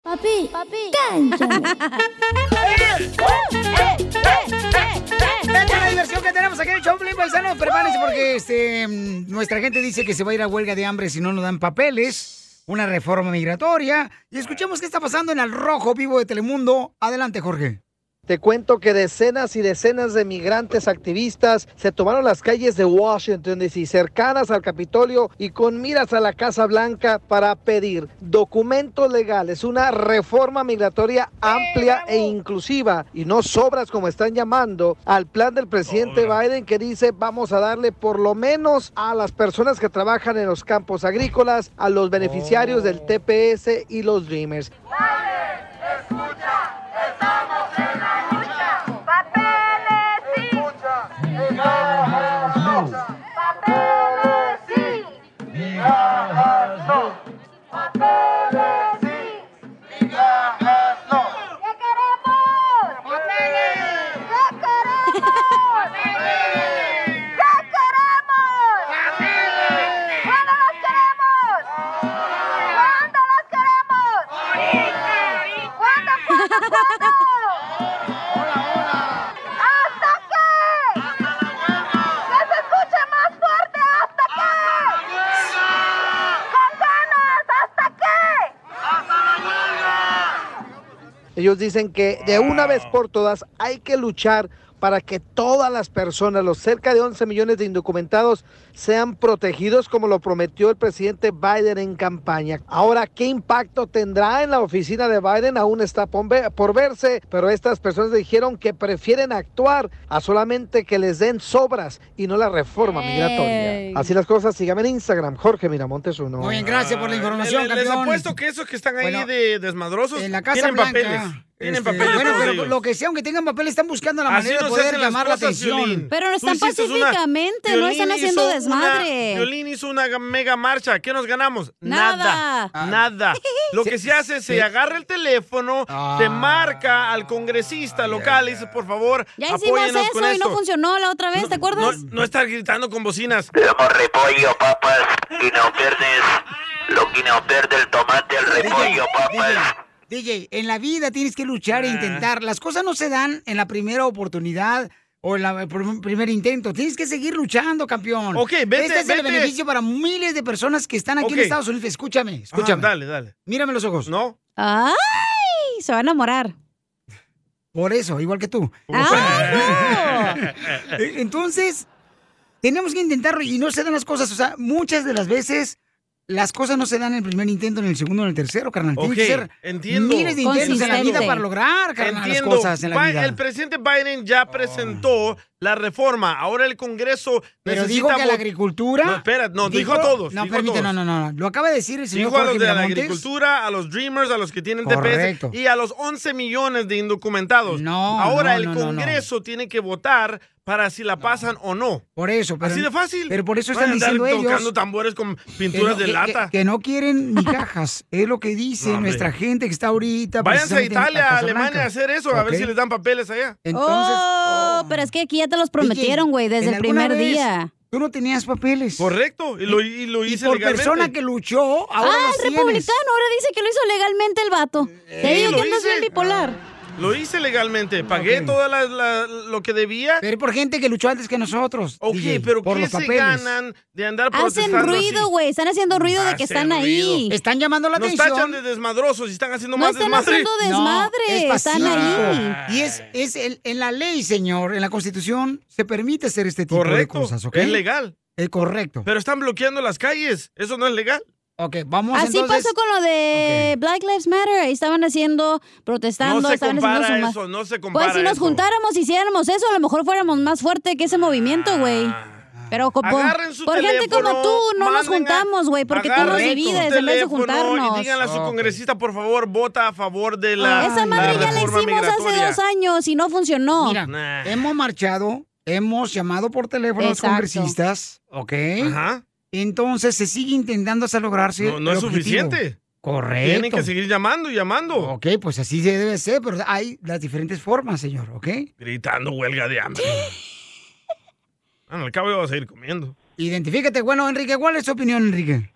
Speaker 9: Papi, papi, cállame.
Speaker 2: Esta es la diversión que tenemos aquí en el Chomplín, paisanos. Prepárense porque este, mm, nuestra gente dice que se va a ir a huelga de hambre si no nos dan papeles. Una reforma migratoria. Y escuchemos qué está pasando en el Rojo Vivo de Telemundo. Adelante, Jorge.
Speaker 7: Te cuento que decenas y decenas de migrantes activistas se tomaron las calles de Washington DC cercanas al Capitolio y con miras a la Casa Blanca para pedir documentos legales, una reforma migratoria amplia e inclusiva y no sobras como están llamando al plan del presidente Biden que dice vamos a darle por lo menos a las personas que trabajan en los campos agrícolas, a los beneficiarios del TPS y los Dreamers.
Speaker 8: queremos!
Speaker 7: Ellos dicen que de una vez por todas hay que luchar para que todas las personas, los cerca de 11 millones de indocumentados, sean protegidos como lo prometió el presidente Biden en campaña. Ahora, ¿qué impacto tendrá en la oficina de Biden? Aún está por verse, pero estas personas dijeron que prefieren actuar a solamente que les den sobras y no la reforma migratoria. Así las cosas, síganme en Instagram, Jorge Miramontes uno.
Speaker 2: Muy bien, gracias por la información,
Speaker 3: Les
Speaker 2: campeón.
Speaker 3: apuesto que esos que están ahí
Speaker 2: Bueno,
Speaker 3: de desmadrosos
Speaker 2: En la Casa
Speaker 3: tienen
Speaker 2: Blanca.
Speaker 3: papeles. Tienen
Speaker 2: Este,
Speaker 3: papeles
Speaker 2: Bueno,
Speaker 3: todos
Speaker 2: pero
Speaker 3: ellos.
Speaker 2: lo que sea, aunque tengan papeles, están buscando la
Speaker 3: Así
Speaker 2: manera de
Speaker 3: nos
Speaker 2: poder
Speaker 3: hacen las
Speaker 2: llamar la
Speaker 3: cosas,
Speaker 2: atención.
Speaker 3: Piolín.
Speaker 4: Pero no
Speaker 3: Tú
Speaker 4: están
Speaker 3: hiciste una-
Speaker 4: pacíficamente, no
Speaker 3: Piolín
Speaker 4: están
Speaker 3: hizo
Speaker 4: haciendo
Speaker 3: una-
Speaker 4: desmadre.
Speaker 3: Piolín hizo una mega marcha. ¿Qué nos ganamos?
Speaker 4: Nada.
Speaker 3: Nada.
Speaker 4: Ah.
Speaker 3: Nada. Lo que se hace es se agarra el teléfono, te
Speaker 2: Ah.
Speaker 3: marca al congresista local y dice, por favor,
Speaker 4: Ya hicimos
Speaker 3: apóyenos con
Speaker 4: eso y no
Speaker 3: esto.
Speaker 4: funcionó la otra vez, ¿te
Speaker 3: No,
Speaker 4: acuerdas?
Speaker 3: no estar gritando con bocinas.
Speaker 11: repollo, papas, y no pierdes lo que no pierde el tomate, el repollo, papas.
Speaker 2: DJ, en la vida tienes que luchar e
Speaker 3: Ah.
Speaker 2: intentar. Las cosas no se dan en la primera oportunidad o en la- el pr- primer intento. Tienes que seguir luchando, campeón.
Speaker 3: Ok, vete,
Speaker 2: Este es el
Speaker 3: vete.
Speaker 2: beneficio para miles de personas que están aquí
Speaker 3: Ok.
Speaker 2: en Estados Unidos. Escúchame,
Speaker 3: Ajá,
Speaker 2: escúchame.
Speaker 3: dale, dale.
Speaker 2: Mírame los ojos.
Speaker 3: No.
Speaker 4: ¡Ay! Se va a enamorar.
Speaker 2: Por eso, igual que tú.
Speaker 4: ¡Ay,
Speaker 2: Eh, Entonces, tenemos que intentarlo y no se dan las cosas. O sea, muchas de las veces las cosas no se dan en el primer intento, en el segundo, en el tercero, carnal. Tiene
Speaker 3: Ok,
Speaker 2: que ser
Speaker 3: entiendo.
Speaker 2: miles de intentos en la vida
Speaker 3: Consistente.
Speaker 2: para lograr, carnal, las cosas en la
Speaker 3: Bi-
Speaker 2: vida.
Speaker 3: El presidente Biden ya presentó la reforma. Ahora el Congreso
Speaker 2: Pero
Speaker 3: necesita
Speaker 2: dijo que a la
Speaker 3: vo-
Speaker 2: agricultura...
Speaker 3: No, espera, no, dijo, a todos.
Speaker 2: No,
Speaker 3: dijo a
Speaker 2: permíteme,
Speaker 3: todos.
Speaker 2: no, no, no. Lo acaba de decir el señor
Speaker 3: Dijo a los
Speaker 2: Jorge
Speaker 3: de la
Speaker 2: Miramontes.
Speaker 3: agricultura, a los Dreamers, a los que tienen
Speaker 2: Correcto.
Speaker 3: TPS y a los 11 millones de indocumentados.
Speaker 2: No,
Speaker 3: Ahora
Speaker 2: no,
Speaker 3: el
Speaker 2: no, no, no.
Speaker 3: Congreso tiene que votar para si la pasan o no.
Speaker 2: Por eso, pero-
Speaker 3: Así de fácil.
Speaker 2: pero por eso están
Speaker 3: Van a andar
Speaker 2: diciendo ellos-
Speaker 3: tocando tambores con
Speaker 2: Que no-
Speaker 3: pinturas de
Speaker 2: que-
Speaker 3: lata.
Speaker 2: Que, que no quieren migajas. Es lo que dice
Speaker 3: No, hombre.
Speaker 2: nuestra gente que está ahorita.
Speaker 3: Váyanse a
Speaker 2: precisamente en la
Speaker 3: Italia, a
Speaker 2: Casa
Speaker 3: Alemania
Speaker 2: Blanca.
Speaker 3: a hacer eso, a ver
Speaker 2: Ok.
Speaker 3: si les dan papeles allá.
Speaker 2: Entonces-
Speaker 4: oh, pero es que aquí ya te los prometieron, güey, desde el
Speaker 2: ¿en alguna
Speaker 4: primer
Speaker 2: vez
Speaker 4: día.
Speaker 2: Tú no tenías papeles.
Speaker 3: Correcto, y lo, y lo hice
Speaker 2: por
Speaker 3: legalmente.
Speaker 2: persona que luchó, ahora
Speaker 4: ah,
Speaker 2: los
Speaker 4: el
Speaker 2: tienes.
Speaker 4: republicano ahora dice que lo hizo legalmente el vato. te digo
Speaker 3: Eh, lo
Speaker 4: que andas
Speaker 3: hice. Ah,
Speaker 4: bien bipolar.
Speaker 3: Lo hice
Speaker 2: Ah,
Speaker 3: legalmente, pagué toda la, la- lo que debía.
Speaker 2: Pero por gente que luchó antes que nosotros.
Speaker 3: Ok,
Speaker 2: DJ,
Speaker 3: pero
Speaker 2: por
Speaker 3: ¿qué
Speaker 2: los
Speaker 3: se
Speaker 2: papeles.
Speaker 3: ganan de andar
Speaker 4: Hacen
Speaker 3: protestando
Speaker 4: ruido,
Speaker 3: así?
Speaker 4: güey. Están haciendo ruido de que
Speaker 3: Hacen
Speaker 4: están ahí.
Speaker 3: ruido.
Speaker 2: Están llamando la
Speaker 3: Nos
Speaker 2: atención.
Speaker 3: tachan de desmadrosos y están haciendo
Speaker 2: No
Speaker 3: más
Speaker 2: están
Speaker 3: desmadre.
Speaker 2: haciendo desmadre,
Speaker 4: No, es
Speaker 2: están
Speaker 4: pacífico.
Speaker 2: ahí. Y es, es el- en la ley, señor, en la Constitución, se permite hacer este tipo
Speaker 3: Correcto,
Speaker 2: de cosas, ¿ok?
Speaker 3: es legal.
Speaker 2: Es correcto.
Speaker 3: Pero están bloqueando las calles, eso no es legal.
Speaker 2: Ok, vamos
Speaker 4: Así pasó con lo de Black Lives Matter. Ahí estaban haciendo, protestando,
Speaker 3: No se
Speaker 4: estaban haciendo su
Speaker 3: compara
Speaker 4: ma-
Speaker 3: eso, no se compara
Speaker 4: Pues si nos
Speaker 3: eso.
Speaker 4: juntáramos, hiciéramos eso, a lo mejor fuéramos más fuerte que ese movimiento, güey. Pero como-
Speaker 3: Ah. Agarren su
Speaker 4: por gente
Speaker 3: teléfono,
Speaker 4: como tú no nos
Speaker 3: manden a-
Speaker 4: juntamos, güey, porque tú nos
Speaker 3: agarren
Speaker 4: divides
Speaker 3: su
Speaker 4: en vez de
Speaker 3: teléfono
Speaker 4: juntarnos. Ah,
Speaker 3: Y díganle a su congresista, por favor, vota a favor de la.
Speaker 4: Esa madre ya la
Speaker 3: reforma
Speaker 4: hicimos hace
Speaker 3: migratoria.
Speaker 4: dos años y no funcionó.
Speaker 2: Mira,
Speaker 3: Nah.
Speaker 2: hemos marchado, hemos llamado por teléfono a los
Speaker 4: Exacto.
Speaker 2: congresistas, ¿ok?
Speaker 3: Ajá.
Speaker 2: Entonces se sigue intentando hasta lograrse.
Speaker 3: No, no
Speaker 2: el
Speaker 3: es
Speaker 2: objetivo.
Speaker 3: suficiente.
Speaker 2: Correcto.
Speaker 3: Tienen que seguir llamando y llamando.
Speaker 2: Ok, pues así se debe ser, pero hay las diferentes formas, señor, ¿ok?
Speaker 3: Gritando huelga de hambre. Bueno, al cabo yo voy a seguir comiendo.
Speaker 2: Identifícate. Bueno, Enrique, ¿cuál es tu opinión, Enrique?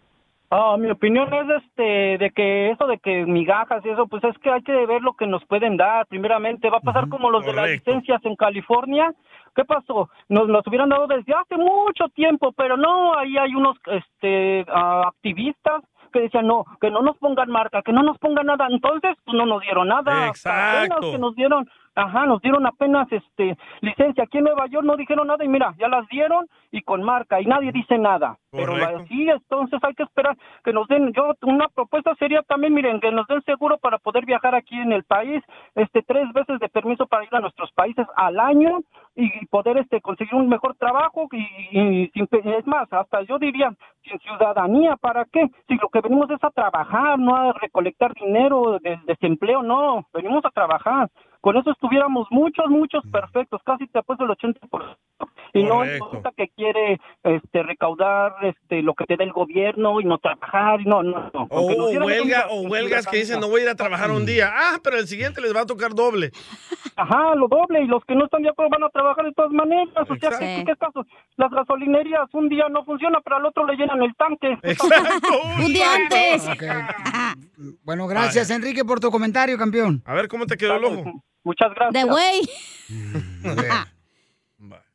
Speaker 15: Ah, mi opinión es este de que eso de que migajas y eso pues es que hay que ver lo que nos pueden dar. Primeramente va a pasar como los de las
Speaker 25: correcto.
Speaker 15: licencias en California. ¿Qué pasó? Nos los hubieran dado desde hace mucho tiempo, pero no, ahí hay unos este ah, activistas que decían no, que no nos pongan marca, que no nos pongan nada. Entonces pues, no nos dieron nada. Hasta apenas
Speaker 25: Exacto.
Speaker 15: que nos dieron, ajá, nos dieron apenas este licencia aquí en Nueva York, no dijeron nada y mira, ya las dieron y con marca y nadie dice nada. Pero
Speaker 25: Correcto.
Speaker 15: así, entonces hay que esperar que nos den, yo, una propuesta sería también, miren, que nos den seguro para poder viajar aquí en el país, este, tres veces de permiso para ir a nuestros países al año y poder, este, conseguir un mejor trabajo y, y sin pe- es más, hasta yo diría, sin ciudadanía, ¿para qué? Si lo que venimos es a trabajar, no a recolectar dinero del desempleo, no, venimos a trabajar. Con eso estuviéramos muchos, muchos
Speaker 3: Mm.
Speaker 15: perfectos, casi te apuesto el 80%. Y no es
Speaker 25: Correcto.
Speaker 15: cosa que quiere este, recaudar este, lo que te dé el gobierno y no trabajar, y no, no, no.
Speaker 3: O
Speaker 15: Aunque nos dieran
Speaker 3: huelga,
Speaker 15: esa-
Speaker 3: o huelgas que dicen
Speaker 15: esa-
Speaker 2: Mm.
Speaker 3: no voy a ir a trabajar un día. Ah, pero el siguiente les va a tocar doble.
Speaker 15: Ajá, lo doble. Y los que no están de acuerdo van a trabajar de todas maneras. O sea, ¿qué, qué caso? Las gasolinerías un día no funcionan, pero al otro le llenan el tanque.
Speaker 4: un día antes.
Speaker 2: Bueno, gracias, Enrique, por tu comentario, campeón.
Speaker 3: A ver, ¿cómo te quedó el ojo?
Speaker 15: Muchas gracias.
Speaker 4: De güey.
Speaker 2: Mm,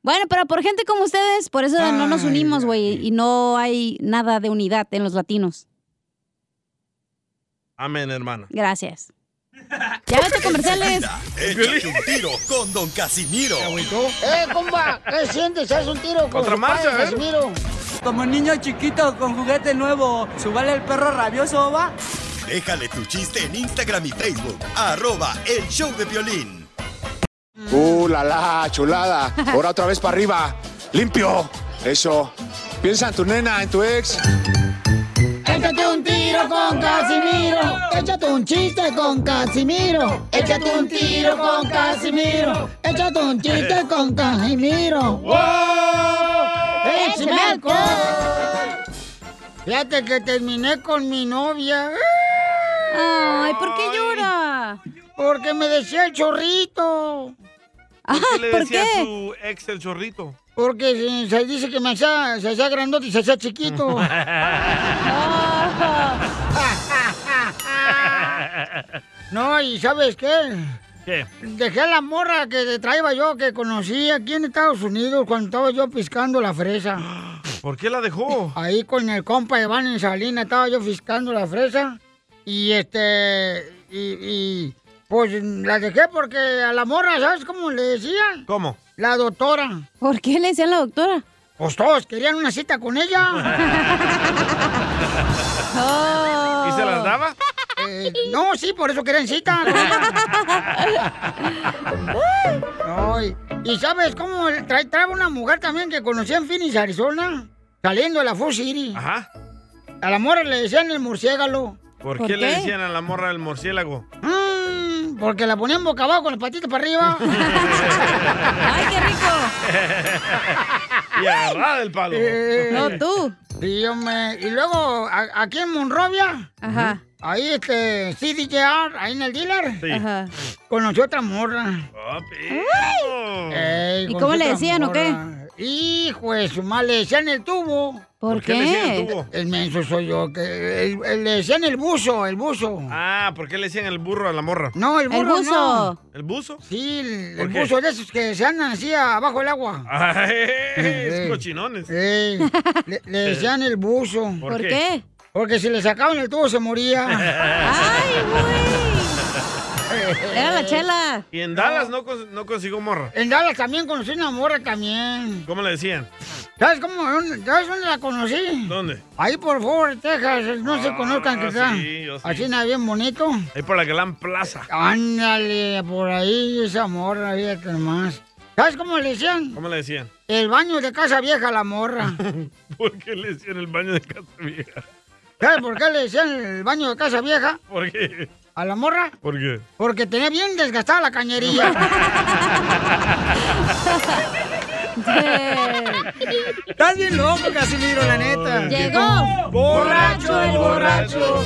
Speaker 4: Bueno, pero por gente como ustedes, por eso no nos unimos, güey, y no hay nada de unidad en los latinos.
Speaker 3: Amén, hermana.
Speaker 4: Gracias. Ya vete a comerciales.
Speaker 6: Échate un tiro con Don Casimiro.
Speaker 2: ¡Eh, comba! ¿Qué sientes? ¿Haz un tiro con
Speaker 18: Otra
Speaker 2: su padre,
Speaker 18: marcha, ¿eh?
Speaker 2: Casimiro?
Speaker 18: Como niño chiquito con juguete nuevo, ¿subale el perro rabioso va?
Speaker 6: Déjale tu chiste en Instagram y Facebook. Arroba el show de violín.
Speaker 14: Uh, la la, chulada. Ahora otra vez para arriba. Limpio. Eso. Piensa en tu nena, en tu ex.
Speaker 2: Échate un tiro con Casimiro. Échate un chiste con Casimiro. Échate un tiro con Casimiro. Échate un chiste con Casimiro. ¡Wow! ¡Échame alcohol! Fíjate que terminé con mi novia.
Speaker 4: Ay, ¿por qué llora?
Speaker 2: Porque me decía el chorrito.
Speaker 4: Ah,
Speaker 3: Ah, ¿Por qué le decía a su ex el chorrito?
Speaker 2: Porque se, se dice que me hacía, se hacía grandote y se hacía chiquito. No, y ¿sabes qué?
Speaker 3: ¿Qué?
Speaker 2: Dejé a la morra que traía yo, que conocí aquí en Estados Unidos cuando estaba yo piscando la fresa.
Speaker 3: ¿Por qué la dejó?
Speaker 2: Ahí con el compa Iván en Salina estaba yo piscando la fresa. Y este. Y, y, pues la dejé porque a la morra, ¿sabes cómo le decían?
Speaker 3: ¿Cómo?
Speaker 2: La doctora.
Speaker 4: ¿Por qué le decían la doctora?
Speaker 2: Pues todos querían una cita con ella.
Speaker 3: ¿Y se las daba?
Speaker 2: Eh, no, sí, por eso querían cita. No, y, y sabes cómo trae, trae una mujer también que conocí en Phoenix, Arizona, saliendo de la Food City.
Speaker 3: Ajá.
Speaker 2: A la morra le decían el murciélago.
Speaker 3: ¿Por, qué, le decían a la morra el murciélago?
Speaker 2: Mm, porque la ponían boca abajo con las patitas para arriba.
Speaker 4: ¡Ay, qué rico!
Speaker 3: y agarrada del palo.
Speaker 4: No, tú.
Speaker 2: Y, yo me- Eh, y luego, a- aquí en Monrovia,
Speaker 4: Ajá.
Speaker 2: ahí este, CDJR, ahí en el dealer,
Speaker 4: Sí. Ajá.
Speaker 2: conoció otra morra.
Speaker 4: ¿Y cómo le decían o qué?
Speaker 2: qué? Hijo de su madre, le decían el tubo.
Speaker 4: ¿Por ¿Por qué le qué? decían el
Speaker 3: tubo?
Speaker 2: El menso soy yo, que el- el- le decían el buzo, el buzo.
Speaker 3: Ah, ¿por qué le decían el burro a la morra?
Speaker 2: No, el burro no.
Speaker 3: ¿El buzo?
Speaker 2: Sí, el,
Speaker 3: ¿Por
Speaker 2: el
Speaker 3: qué?
Speaker 2: buzo de esos que se andan así abajo del agua.
Speaker 3: Ay, es
Speaker 2: Ey.
Speaker 3: cochinones.
Speaker 2: Ey, le, le decían el buzo.
Speaker 3: ¿Por ¿Por qué? qué?
Speaker 2: Porque si le sacaban el tubo se moría.
Speaker 4: Era la chela.
Speaker 3: Y en Dallas no, cons- no consigo morra.
Speaker 2: En Dallas también conocí una morra también.
Speaker 3: ¿Cómo le decían?
Speaker 2: ¿Sabes cómo? ¿Dónde- ¿Sabes dónde la conocí?
Speaker 3: ¿Dónde?
Speaker 2: Ahí por favor, Texas, eh, no se conozcan que
Speaker 3: sí,
Speaker 2: está.
Speaker 3: yo sí.
Speaker 2: Así nada bien bonito.
Speaker 3: Ahí por la Gran Plaza.
Speaker 2: Ándale, por ahí esa morra, fíjate más. ¿Sabes cómo le decían?
Speaker 3: ¿Cómo le decían?
Speaker 2: El baño de casa vieja a la morra.
Speaker 3: ¿Por qué le decían el baño de casa vieja?
Speaker 2: ¿Sabes por qué le decían el baño de casa vieja
Speaker 3: ¿Por qué?
Speaker 2: a la morra?
Speaker 3: ¿Por qué?
Speaker 2: Porque tenía bien desgastada la cañería. Estás bien loco, Casimiro, la neta.
Speaker 4: Llegó.
Speaker 8: Borracho el
Speaker 4: borracho.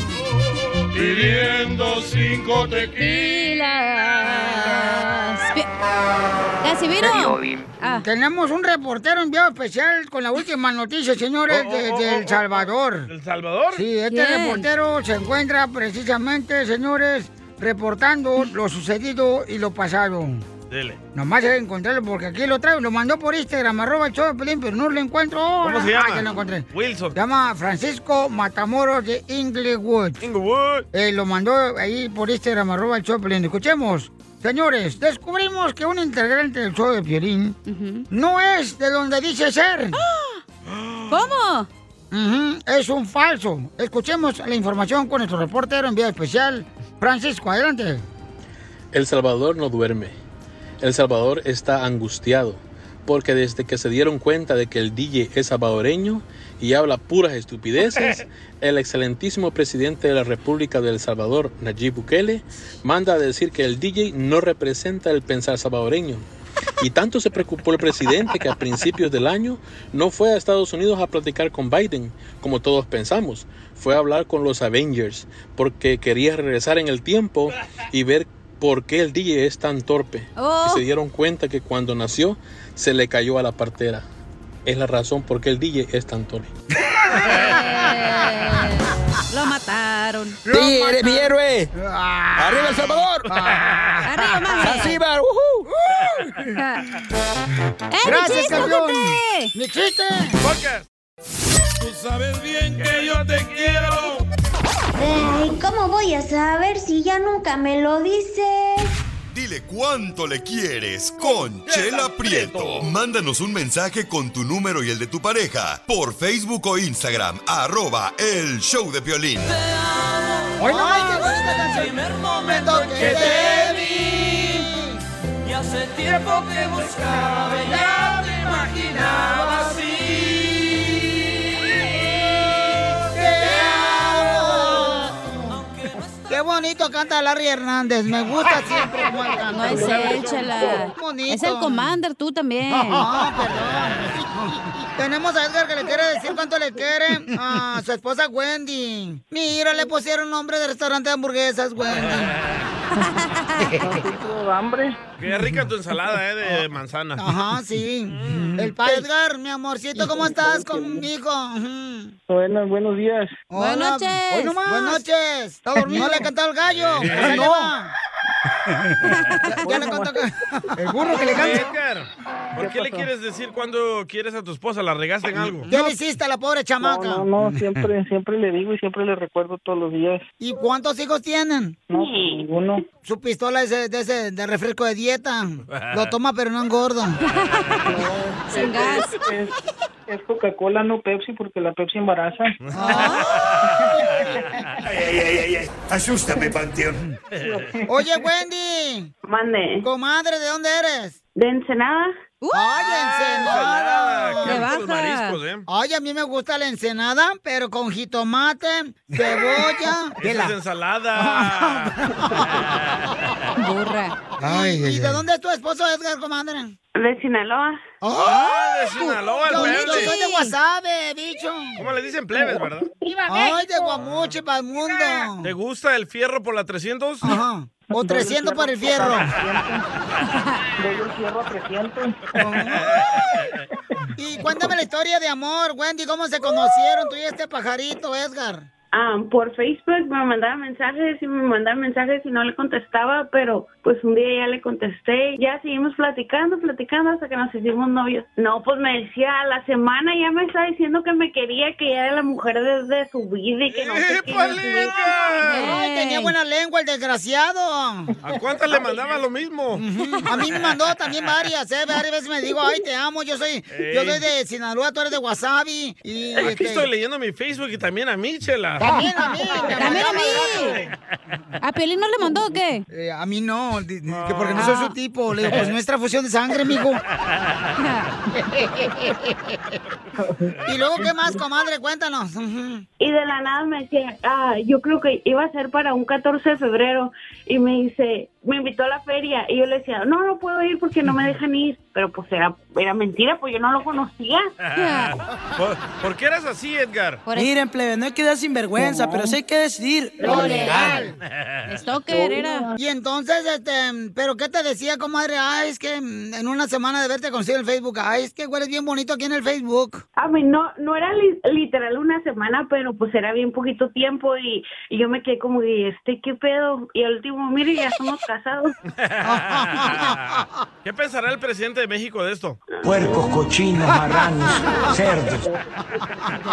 Speaker 8: Pidiendo cinco tequilas.
Speaker 4: Casimiro.
Speaker 2: Tenemos un reportero enviado especial con la última noticia, señores, de, de El Salvador.
Speaker 3: ¿El Salvador?
Speaker 2: Sí, este
Speaker 3: Bien.
Speaker 2: reportero se encuentra precisamente, señores, reportando lo sucedido y lo pasado.
Speaker 3: Dele.
Speaker 2: Nomás hay que encontrarlo porque aquí lo traigo, lo mandó por Instagram, arroba el show de Pelín, pero no lo encuentro. ahora.
Speaker 3: ¿Cómo se llama?
Speaker 2: Ah, ya lo encontré.
Speaker 3: Wilson.
Speaker 2: Se llama Francisco Matamoros de Inglewood. Eh,
Speaker 3: Inglewood.
Speaker 2: lo mandó ahí por Instagram, arroba el show de Piolín. Escuchemos. Señores, descubrimos que un integrante del show de Piolín no es de donde dice ser.
Speaker 4: ¿Cómo?
Speaker 2: Es un falso. Escuchemos la información con nuestro reportero enviado especial, Francisco. Adelante.
Speaker 17: El Salvador no duerme. El Salvador está angustiado porque desde que se dieron cuenta de que el DJ es salvadoreño y habla puras estupideces, el excelentísimo presidente de la República del Salvador, Nayib Bukele, manda a decir que el DJ no representa el pensar salvadoreño. Y tanto se preocupó el presidente que a principios del año no fue a Estados Unidos a platicar con Biden, como todos pensamos. Fue a hablar con los Avengers, porque quería regresar en el tiempo y ver por qué el DJ es tan torpe.
Speaker 4: Oh.
Speaker 17: Y se dieron cuenta que cuando nació se le cayó a la partera. Es la razón por qué el DJ es tan torpe.
Speaker 4: Lo mataron.
Speaker 19: Sí, eres mi héroe. Arriba El Salvador.
Speaker 4: Arriba, ¡Eh, madre.
Speaker 19: Zanzíbar, ujú.
Speaker 2: Gracias, campeón.
Speaker 8: ¡Mi chiste! Tú sabes bien que yo te quiero.
Speaker 9: Ay, Eh, ¿cómo voy a saber si ya nunca me lo dices?
Speaker 6: Dile cuánto le quieres con Chela Prieto. Mándanos un mensaje con tu número y el de tu pareja por Facebook o Instagram, arroba el show de violín.
Speaker 2: Hoy no hay que esta canción.
Speaker 8: Primer momento que te vi. Y hace tiempo que buscaba, y ya te imaginaba así.
Speaker 2: Qué bonito canta Larry Hernández. Me gusta siempre cómo él canta.
Speaker 4: No es él, Chela.
Speaker 2: Bonito.
Speaker 4: Es el commander, tú también.
Speaker 2: No, Tenemos a Edgar que le quiere decir cuánto le quiere a su esposa Wendy. Mira, le pusieron nombre de restaurante de hamburguesas, Wendy.
Speaker 3: hambre? Qué rica tu ensalada, ¿eh? De manzana.
Speaker 2: Ah. Ajá, sí. El padre Edgar, mi amorcito, ¿cómo estás conmigo?
Speaker 16: Buenas, buenos días.
Speaker 2: Hola.
Speaker 16: Buenas noches.
Speaker 2: Hoy nomás. Buenas noches. ¿Está dormido? ¿No le ha cantado el gallo? Pues
Speaker 16: Eh,
Speaker 2: Ahí
Speaker 16: no.
Speaker 2: va. Ya le contó que- El Eh, burro que le canta.
Speaker 3: Edgar, ¿por qué le
Speaker 2: pasó?
Speaker 3: quieres decir cuando quieres a tu esposa? ¿La regaste en algo?
Speaker 2: ¿Qué le hiciste a la pobre chamaca?
Speaker 16: No, no, no, siempre, siempre le digo y siempre le recuerdo todos los días.
Speaker 2: ¿Y cuántos hijos tienen?
Speaker 16: No, pues, ninguno.
Speaker 2: Su pistola es de, de ese- de refresco de dieta. Lo toma pero no engorda.
Speaker 16: Sin gas. Es Coca-Cola, no Pepsi, porque la Pepsi embaraza.
Speaker 8: Ay, ay, ay, ay, ay. Asústame, panteón.
Speaker 2: Oye, Wendy.
Speaker 25: Mande.
Speaker 2: Comadre, ¿de dónde eres?
Speaker 25: De Ensenada.
Speaker 2: ¡Ay,
Speaker 25: Ensenada,
Speaker 2: Ensenada!
Speaker 25: qué
Speaker 2: ¡Qué
Speaker 25: ricos mariscos, eh!
Speaker 2: Ay, a mí me gusta la ensenada, pero con jitomate, cebolla...
Speaker 3: Esa es
Speaker 2: Ah,
Speaker 3: ensalada.
Speaker 4: Burra.
Speaker 2: ¿Y de dónde es tu esposo, Edgar, comadre?
Speaker 25: De Sinaloa.
Speaker 3: Ah, de Sinaloa, el
Speaker 2: Yo
Speaker 3: plebe.
Speaker 2: bicho, soy de Guasave, bicho.
Speaker 3: ¿Cómo le dicen plebes, verdad?
Speaker 2: Ay, de Guamuche para el mundo.
Speaker 3: ¿Te gusta el fierro por la 300?
Speaker 2: Ajá. O 300 por el fierro. Y cuéntame la historia de amor, Wendy, ¿cómo se conocieron tú y este pajarito, Edgar?
Speaker 25: Ah, por Facebook me mandaba mensajes y me mandaba mensajes y no le contestaba, pero pues un día ya le contesté. y Ya seguimos platicando, platicando hasta que nos hicimos novios. No, pues me decía, a la semana ya me está diciendo que me quería, que ya era la mujer desde su vida y que no sé qué. no sé qué.
Speaker 2: Ay, tenía buena lengua el desgraciado.
Speaker 3: ¿A cuántas le mandaba lo mismo?
Speaker 2: A mí me mandó también varias, ¿eh? Varias veces me digo, ay, te amo, yo soy, yo
Speaker 3: Ey.
Speaker 2: soy de Sinaloa, tú eres de Wasabi. Y,
Speaker 3: Aquí
Speaker 2: este,
Speaker 3: estoy leyendo mi Facebook y también a mí, chela.
Speaker 2: También a mí.
Speaker 4: También a mí. ¿A Piolín no le mandó o qué? Ah.
Speaker 2: Eh, a mí no, di- di- que porque no soy su tipo. Le digo, pues nuestra fusión de sangre, mijo. ¿Y luego qué más, comadre? Cuéntanos.
Speaker 25: Y de la nada me decía, ah, yo creo que iba a ser para un 14 de febrero. Y me dice, me invitó a la feria. Y yo le decía, no, no puedo ir porque no me dejan ir. Pero pues era, era mentira, pues yo no lo conocía.
Speaker 3: ¿Por, por qué eras así, Edgar?
Speaker 23: Miren, plebe, no hay que dar sinvergüenza, pero sí hay que decidir
Speaker 2: Lo legal.
Speaker 4: Stalker era.
Speaker 2: Y entonces, este, ¿pero qué te decía, comadre? Ay, es que mm, en una semana de verte conocido en el Facebook. Ay, es que eres bien bonito aquí en el Facebook.
Speaker 25: A mí no, no era li- literal una semana, pero pues era bien poquito tiempo. Y, y yo me quedé como, ¿y este qué pedo? Y al último, mire, ya somos casados.
Speaker 3: ¿Qué pensará el presidente de México de esto?
Speaker 22: Puercos, cochinos, marranos, cerdos.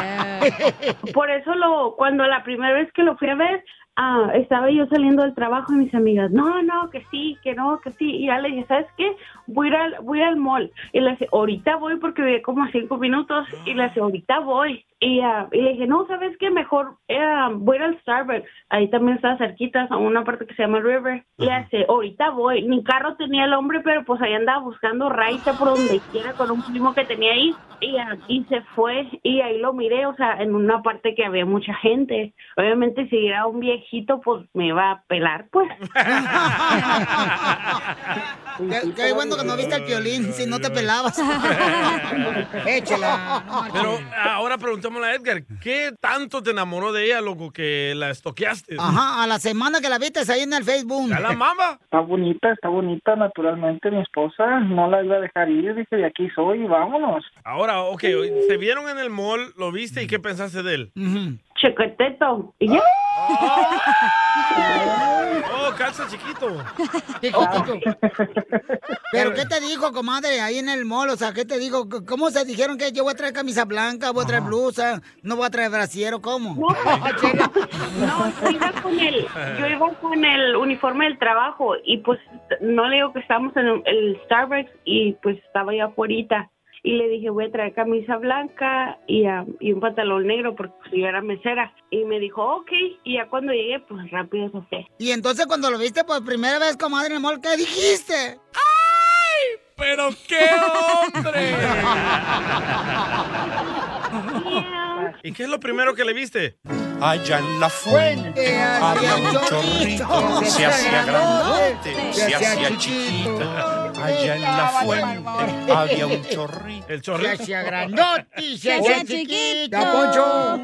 Speaker 25: Por eso lo, cuando la primera vez que lo fui a ver, ah, estaba yo saliendo del trabajo y mis amigas, no, no, que sí, que no, que sí. Y ya le dije, ¿sabes qué? Voy a ir al, voy a ir al mall. Y le dije, ahorita voy porque voy como a cinco minutos. Y le dije, ahorita voy. Y, ah, y le dije, no, ¿sabes qué? Mejor eh, voy a ir al Starbucks. Ahí también estaba cerquitas a una parte que se llama River. Le hace, ahorita voy. Ni carro tenía el hombre, pero pues ahí andaba buscando raita por donde quiera con un primo que tenía ahí. Y, ah, y se fue. Y ahí lo miré, o sea, en una parte que había mucha gente. Obviamente, si era un viejito, pues me iba a pelar, pues.
Speaker 2: Qué, qué bueno que no viste al piolín, si no te pelabas. Échela. no marches.
Speaker 3: Pero ahora preguntémosle a Edgar, ¿qué tanto te enamoró de ella, loco, que la estoqueaste?
Speaker 2: Ajá, a la semana que la viste ahí en el Facebook.
Speaker 3: ¿Ya la mama?
Speaker 11: Está bonita, está bonita, naturalmente, mi esposa. No la iba a dejar ir, dije, de aquí soy, vámonos.
Speaker 3: Ahora, ok, te vieron en el mall, lo viste y qué pensaste de él. Ah,
Speaker 25: Chequeteto. ¿Y ya?
Speaker 3: Oh, calza chiquito.
Speaker 2: ¿Pero qué te dijo, comadre, ahí en el mall? O sea, ¿qué te dijo? C- ¿Cómo se dijeron que yo voy a traer camisa blanca, voy a traer blusa, no voy a traer brasiero? ¿Cómo? Chela.
Speaker 25: No, yo iba con el, yo iba con el uniforme del trabajo y pues no le digo que estábamos en el Starbucks y pues estaba ya afuera y le dije voy a traer camisa blanca y, ah,
Speaker 13: um,
Speaker 25: y un pantalón negro porque pues, yo era mesera y me dijo ok y ya cuando llegué pues rápido se fue.
Speaker 2: Y entonces cuando lo viste pues, por primera vez, comadre, en el mall, ¿qué dijiste?
Speaker 3: Pero qué hombre. ¿Y qué es lo primero que le viste?
Speaker 8: Allá Ah, en la fuente había un chorrito, se hacía grandote, se hacía chiquito. Allá en la fuente había un chorrito.
Speaker 3: El
Speaker 2: Se hacía grandote y se hacía chiquito.
Speaker 8: Ya, Poncho.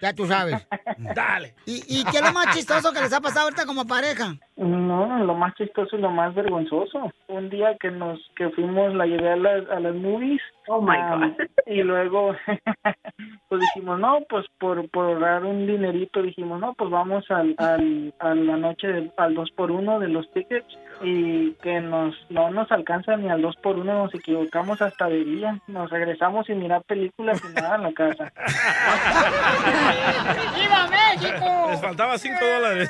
Speaker 2: Ya tú sabes.
Speaker 3: Dale.
Speaker 2: ¿Y, y qué es lo más chistoso que les ha pasado ahorita como pareja?
Speaker 11: No, lo más chistoso y lo más vergonzoso. Un día que nos que fuimos, la llevé a las, a las movies.
Speaker 25: Oh my
Speaker 11: am,
Speaker 25: God.
Speaker 11: Y luego, pues dijimos, no, pues por, por ahorrar un dinerito, dijimos, no, pues vamos al, al, a la noche del, al 2 por 1 de los tickets y que nos no nos alcanza ni al 2 por 1 nos equivocamos hasta de día. Nos regresamos sin mirar películas ni nada en la casa.
Speaker 2: ¡Viva México!
Speaker 3: Les faltaba 5 dólares.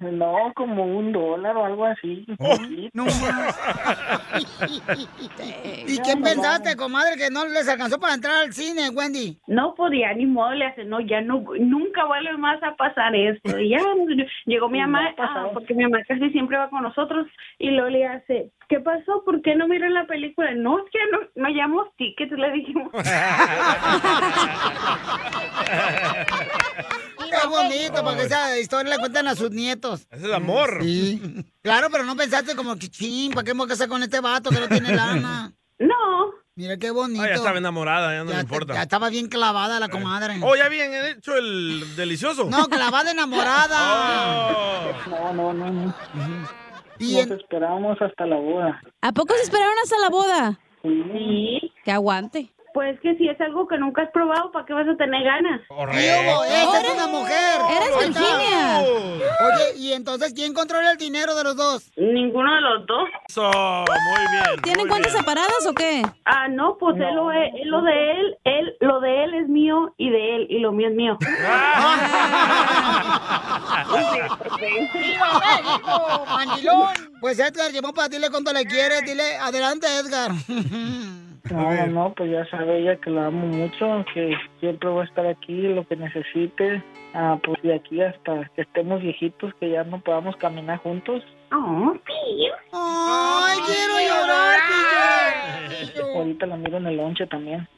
Speaker 11: No, como un dólar o algo así.
Speaker 2: no ¿Y qué pensaste, comadre, que no les alcanzó para entrar al cine, Wendy?
Speaker 25: No podía ni modo, le hace, no, ya no, nunca vuelve más a pasar esto. Y ya llegó mi
Speaker 11: No
Speaker 25: mamá,
Speaker 11: ha pasado.
Speaker 25: ah, porque mi mamá casi siempre va con nosotros, y luego le hace, ¿qué pasó? ¿Por qué no miran la película? No, es que no, no llamamos tickets, le dijimos.
Speaker 2: Qué bonito, para que esa historia la cuentan a sus nietos.
Speaker 3: Es el amor.
Speaker 2: Sí. Claro, pero no pensaste como, que, ching, ¿para qué me voy a casar con este vato que no tiene lana?
Speaker 25: No.
Speaker 2: Mira qué bonito.
Speaker 3: Ah, ya estaba enamorada, ya no le importa.
Speaker 2: Ya estaba bien clavada la comadre.
Speaker 3: Oh, ya bien hecho el delicioso.
Speaker 2: No, clavada enamorada.
Speaker 11: No, no, no. no. Nos esperamos hasta la boda.
Speaker 4: ¿A poco se esperaron hasta la boda?
Speaker 25: Sí.
Speaker 4: Que aguante.
Speaker 25: Pues que si es algo que nunca has probado, ¿para qué vas a tener ganas?
Speaker 2: Hubo,
Speaker 16: ¿Eh?
Speaker 2: ¡Esta es
Speaker 25: Ahora-
Speaker 2: una mujer!
Speaker 25: eres
Speaker 2: Ahí está.
Speaker 25: Virginia.
Speaker 2: Oye, ¿y entonces quién controla el dinero de los dos?
Speaker 25: Ninguno de los dos.
Speaker 3: muy bien.
Speaker 4: ¿Tienen cuentas separadas o qué?
Speaker 25: Ah, no, pues Él, lo, es- él lo de él, él, lo de él es mío y de él, y lo mío es mío.
Speaker 2: ¡Viva México, mandilón! Pues Edgar, llevó para dile cuánto le quieres. Dile, adelante, Edgar.
Speaker 11: No, no, pues ya sabe ella que la amo mucho, que siempre voy a estar aquí, lo que necesite. Ah, pues de aquí hasta que estemos viejitos, que ya no podamos caminar juntos.
Speaker 25: Oh,
Speaker 2: ¡Ay, quiero llorar,
Speaker 11: Ahorita la miro en el lonche también.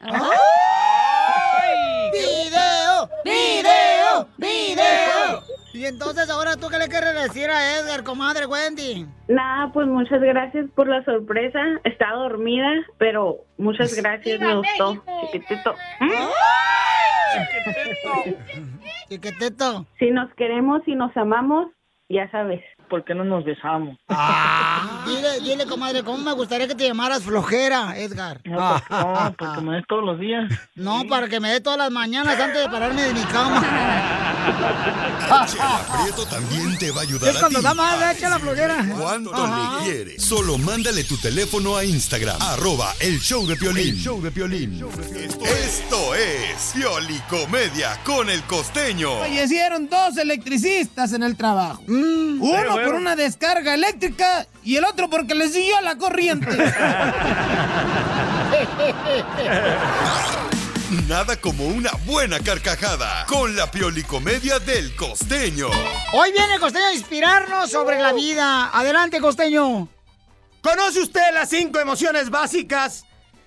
Speaker 2: ¡Video! ¡Video! ¡Video! Y entonces, ahora tú qué le quieres decir a Edgar, comadre Wendy.
Speaker 25: Nada, pues muchas gracias por la sorpresa. Estaba dormida, pero muchas gracias, me gustó. Chiquitito. ¿Mm?
Speaker 2: Chiquitito.
Speaker 25: Si nos queremos y nos amamos, ya sabes.
Speaker 11: ¿Por qué no nos besamos?
Speaker 3: Ah.
Speaker 2: Dile, dile, comadre, ¿cómo me gustaría que te llamaras flojera, Edgar? Ah.
Speaker 11: No, porque, no, porque me ves todos los días.
Speaker 2: No, para que me dé todas las mañanas antes de pararme de mi cama.
Speaker 6: Chela Prieto también te va a ayudar
Speaker 2: Es
Speaker 6: a
Speaker 2: cuando
Speaker 6: ti
Speaker 2: da mal,
Speaker 6: a
Speaker 2: ¿eh? Echa la flojera.
Speaker 6: ¿Cuánto le quieres? Solo mándale tu teléfono a Instagram. Arroba el show de
Speaker 16: El
Speaker 6: Piolín. show de Esto es Pioli Comedia con el costeño.
Speaker 16: Fallecieron dos electricistas en el trabajo. Uno
Speaker 6: Pero bueno.
Speaker 16: por una descarga eléctrica y el otro porque le siguió la corriente.
Speaker 6: Nada como una buena carcajada con la Pioli Comedia del costeño.
Speaker 2: Hoy viene Costeño a inspirarnos sobre la vida. Adelante, Costeño.
Speaker 16: ¿Conoce usted las cinco emociones básicas?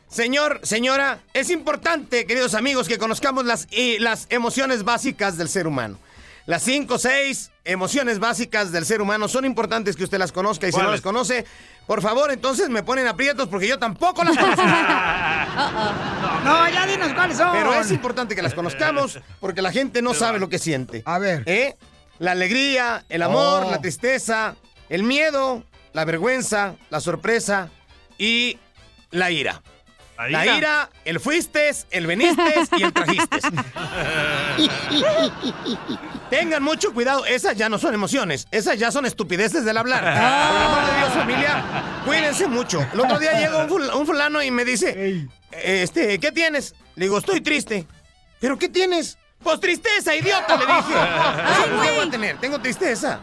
Speaker 16: Señor, señora, es importante, queridos amigos, que conozcamos las, y las emociones básicas del ser humano. Las cinco, seis emociones básicas del ser humano son importantes que usted las conozca y si no
Speaker 8: ¿Cuáles?
Speaker 16: las conoce, por favor, entonces me ponen aprietos porque yo tampoco las conozco.
Speaker 2: No, ya dinos cuáles son.
Speaker 16: Pero es importante que las conozcamos porque la gente no sabe lo que siente. A ver. ¿Eh? La alegría, el amor,
Speaker 2: Oh.
Speaker 16: la tristeza, el miedo, la vergüenza, la sorpresa y la ira. La
Speaker 8: ira.
Speaker 16: ira, el fuiste, el veniste y el trajiste. Tengan mucho cuidado, esas ya no son emociones, esas ya son estupideces del hablar. Por el
Speaker 8: Ah.
Speaker 2: Ah.
Speaker 16: amor de Dios, familia, cuídense mucho. El otro día llega un ful- un fulano y me dice, este, ¿qué tienes? Le digo, estoy triste. ¿Pero qué tienes? Pues tristeza, idiota, le dije. Eso, pues, ¿Qué voy a tener? Tengo tristeza.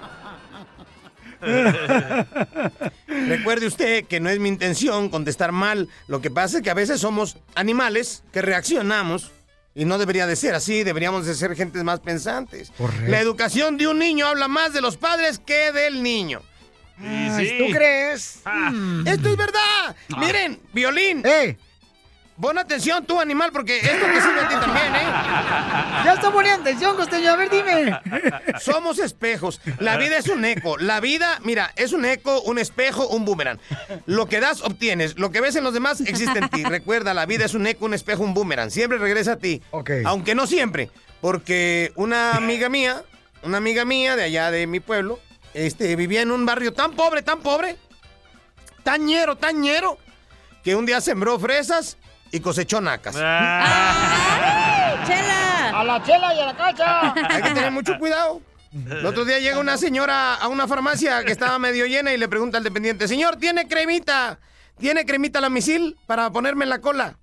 Speaker 16: Recuerde usted que no es mi intención contestar mal. Lo que pasa es que a veces somos animales que reaccionamos y no debería de ser así. Deberíamos de ser gentes más pensantes. La educación de un niño habla más de los padres que del niño.
Speaker 8: sí. ¿tú
Speaker 16: crees? Mm. Esto es verdad. Miren, violín. Eh. Pon atención tú, animal, porque esto te sirve a ti también, ¿eh?
Speaker 2: Ya está poniendo atención, Costeño. A ver, dime.
Speaker 16: Somos espejos. La vida es un eco. La vida, mira, es un eco, un espejo, un boomerang. Lo que das, obtienes. Lo que ves en los demás, existe en ti. Recuerda, la vida es un eco, un espejo, un boomerang. Siempre regresa a ti.
Speaker 2: Ok.
Speaker 16: Aunque no siempre. Porque una amiga mía, una amiga mía de allá de mi pueblo, este, vivía en un barrio tan pobre, tan pobre, tan ñero, tan ñero, que un día sembró fresas y cosechó nacas.
Speaker 2: ¡Chela! ¡A la chela y a la cacha!
Speaker 16: Hay que tener mucho cuidado. El otro día llega una señora a una farmacia que estaba medio llena y le pregunta al dependiente, señor, ¿tiene cremita? ¿Tiene cremita la misil para ponerme en la cola?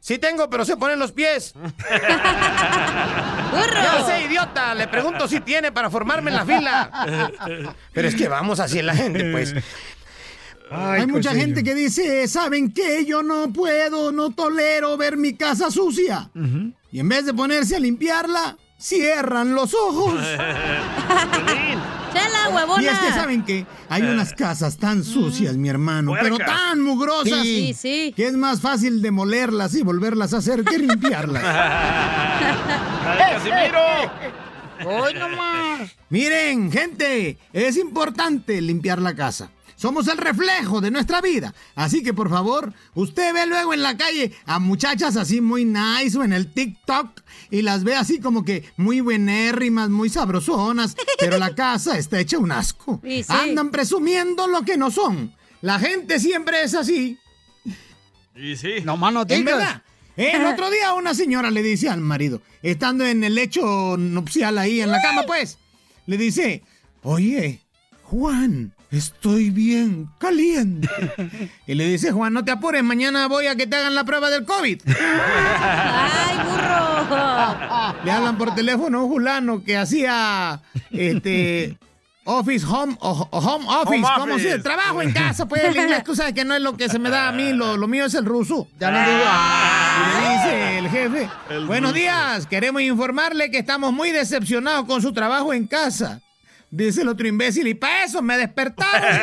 Speaker 16: Sí tengo, pero se ponen los pies. Ya sé, idiota, le pregunto si tiene para formarme en la fila. Pero es que vamos así en la gente, pues.
Speaker 6: Hay mucha
Speaker 16: costeño.
Speaker 6: gente que dice, Eh, ¿saben qué? Yo no puedo, no tolero ver mi casa sucia. Y en vez de ponerse a limpiarla, cierran los ojos.
Speaker 4: ¡Chela, huevona!
Speaker 6: Y es que, ¿saben qué? Hay
Speaker 16: Eh.
Speaker 6: unas casas tan sucias, mi hermano, pero
Speaker 4: Puercas.
Speaker 6: tan mugrosas
Speaker 4: Sí, sí.
Speaker 6: que es más fácil demolerlas y volverlas a hacer que limpiarlas.
Speaker 2: ¡Hoy nomás!
Speaker 6: Miren, gente, es importante limpiar la casa. Somos el reflejo de nuestra vida. Así que por favor, usted ve luego en la calle a muchachas así muy nice o en el TikTok y las ve así como que muy buenérrimas, muy sabrosonas, pero la casa está hecha un
Speaker 16: Uh,
Speaker 6: asco.
Speaker 4: Sí, sí.
Speaker 6: Andan presumiendo lo que no son. La gente siempre es así.
Speaker 3: Y sí.
Speaker 2: No más no
Speaker 6: ¿En verdad? ¿Eh? El otro día una señora le dice al marido, estando en el lecho nupcial ahí en la cama, pues, le dice, oye, Juan, estoy bien caliente. Y le dice, Juan, no te apures, mañana voy a que te hagan la prueba del COVID.
Speaker 8: ¡Ay, burro!
Speaker 6: Le hablan por teléfono a un fulano que hacía este office home o, o home office,
Speaker 8: Home
Speaker 6: como
Speaker 8: office.
Speaker 6: si el trabajo en casa, pues el inglés, tú sabes que no es lo que se me da a mí, lo, lo mío es el ruso. Ya le digo. ah, dice el jefe.
Speaker 8: Ah. El
Speaker 6: Buenos
Speaker 8: ruso.
Speaker 6: días, queremos informarle que estamos muy decepcionados con su trabajo en casa. Dice el otro imbécil, y para eso me despertaron.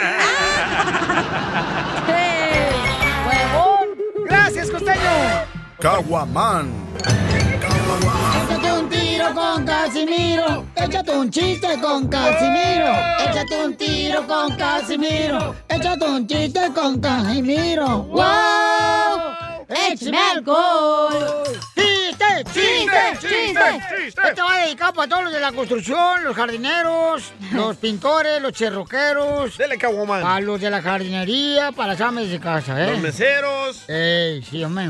Speaker 2: ¡Gracias, Costeño!
Speaker 26: Caguaman.
Speaker 2: Échate un tiro con Casimiro. Échate un chiste con Casimiro. Échate un tiro con Casimiro. Échate un chiste con Casimiro. ¡Wow! ¡Échame alcohol! ¡Chiste, chiste, chiste! Este va dedicado para todos los de la construcción, los jardineros, los pintores, los cherroqueros. Dele, A los de la jardinería, para las amas de casa, ¿eh?
Speaker 3: Los meseros.
Speaker 2: Ey, sí, hombre.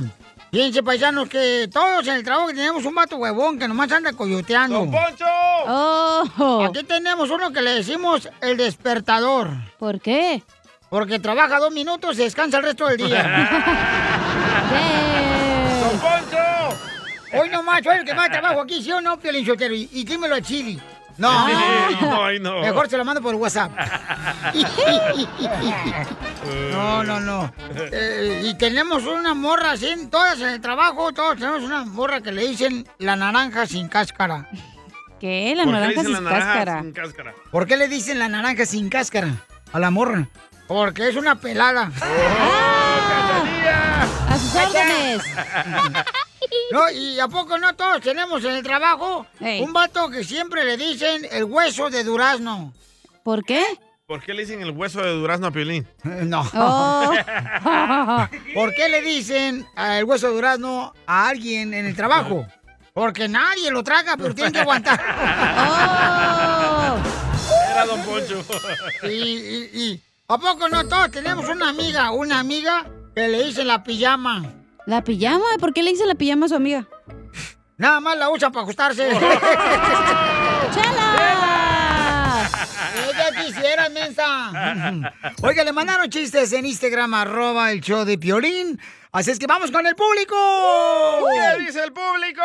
Speaker 2: Fíjense, paisanos, que todos en el trabajo que tenemos un vato huevón que nomás anda coyoteando. ¡Don Poncho! Aquí tenemos uno que le decimos el despertador. ¿Por qué? Porque trabaja dos minutos y descansa el resto del día. ¡Don Poncho! Hoy nomás soy el que más trabajo aquí, ¿sí o no, Piolín Sotero? Y, y dímelo a Chili. No,
Speaker 8: No, ay, no.
Speaker 2: Mejor se lo mando por WhatsApp. No, no, no. Eh, y tenemos una morra así, todas en el trabajo, todos tenemos una morra que le dicen la naranja sin cáscara. ¿Qué?
Speaker 4: La ¿Por qué le naranja dicen sin la naranja cáscara?
Speaker 3: Sin cáscara.
Speaker 2: ¿Por qué le dicen la naranja sin cáscara a la morra? Porque es una ¡Ah! pelada.
Speaker 4: ¡A sus órdenes!
Speaker 2: No, y a poco no todos tenemos en el trabajo un vato que siempre le dicen el hueso de durazno.
Speaker 4: ¿Por qué?
Speaker 3: ¿Por qué le dicen el hueso de durazno a Piolín?
Speaker 2: Eh, No. Oh. ¿Por qué le dicen el hueso de durazno a alguien en el trabajo? Porque nadie lo traga, pero tienen que aguantar. Oh.
Speaker 3: Era Don Poncho.
Speaker 2: Y, y- y, ¿A poco no todos tenemos una amiga, una amiga que le dicen la pijama?
Speaker 4: ¿La pijama? ¿Por qué le hice la pijama a su amiga?
Speaker 2: Nada más la usa para acostarse.
Speaker 4: ¡Chala!
Speaker 2: Ella quisiera, mensa. Oiga, le mandaron chistes en Instagram, arroba el show de Piolín. Así es que vamos con el público.
Speaker 3: Uh,
Speaker 2: Oh.
Speaker 8: ¿Qué dice el público?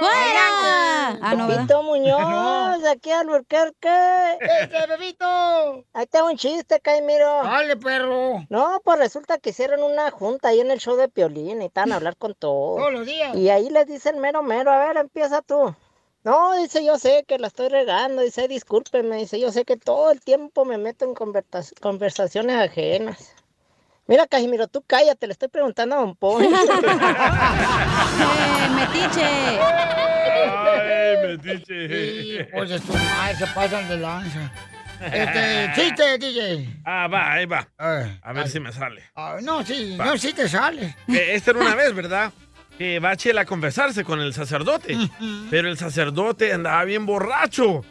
Speaker 2: ¡Fuera!
Speaker 8: Ah, no, ¿verdad?
Speaker 5: Pepito Muñoz, aquí al Burquerque.
Speaker 2: ¡Este, Pepito!
Speaker 5: Ahí está un chiste, Caimiro.
Speaker 2: ¡Dale, perro!
Speaker 5: No, pues resulta que hicieron una junta ahí en el show de Piolín y estaban a hablar con todos.
Speaker 2: Todos los días.
Speaker 5: Y ahí les dicen mero, mero, a ver, empieza tú. No, dice, yo sé que la estoy regando, dice, discúlpeme, dice, yo sé que todo el tiempo me meto en convertas- conversaciones ajenas. Mira, Casimiro, tú cállate, le estoy preguntando a Don Poncho.
Speaker 8: ¡Ay,
Speaker 3: metiche!
Speaker 2: Pues es tu madre, se pasan de lanza. Este, chiste, DJ.
Speaker 3: Ah, va, ahí va. A ver
Speaker 2: Eh, ay.
Speaker 3: si me sale.
Speaker 2: Ah, no, sí,
Speaker 3: Va.
Speaker 2: no, sí te sale.
Speaker 3: Eh, esta era una vez, ¿verdad? Que va Chela a confesarse con el sacerdote. Pero el sacerdote andaba bien borracho.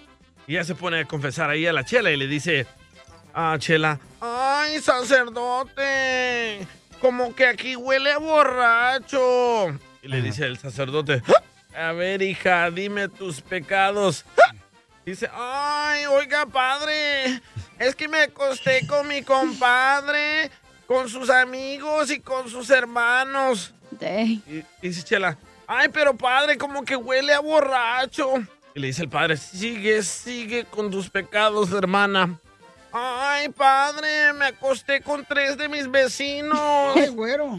Speaker 3: Y ya se pone a confesar ahí a la Chela y le dice: Ah, Chela, ¡Ay, sacerdote! Como que aquí huele a borracho. Y le dice el sacerdote, a ver hija, dime tus pecados. Dice, ay, oiga padre, es que me acosté con mi compadre, con sus amigos y con sus hermanos. Y dice Chela, ay, pero padre, como que huele a borracho. Y le dice el padre, sigue, sigue con tus pecados, hermana. Ay, padre, me acosté con tres de mis vecinos.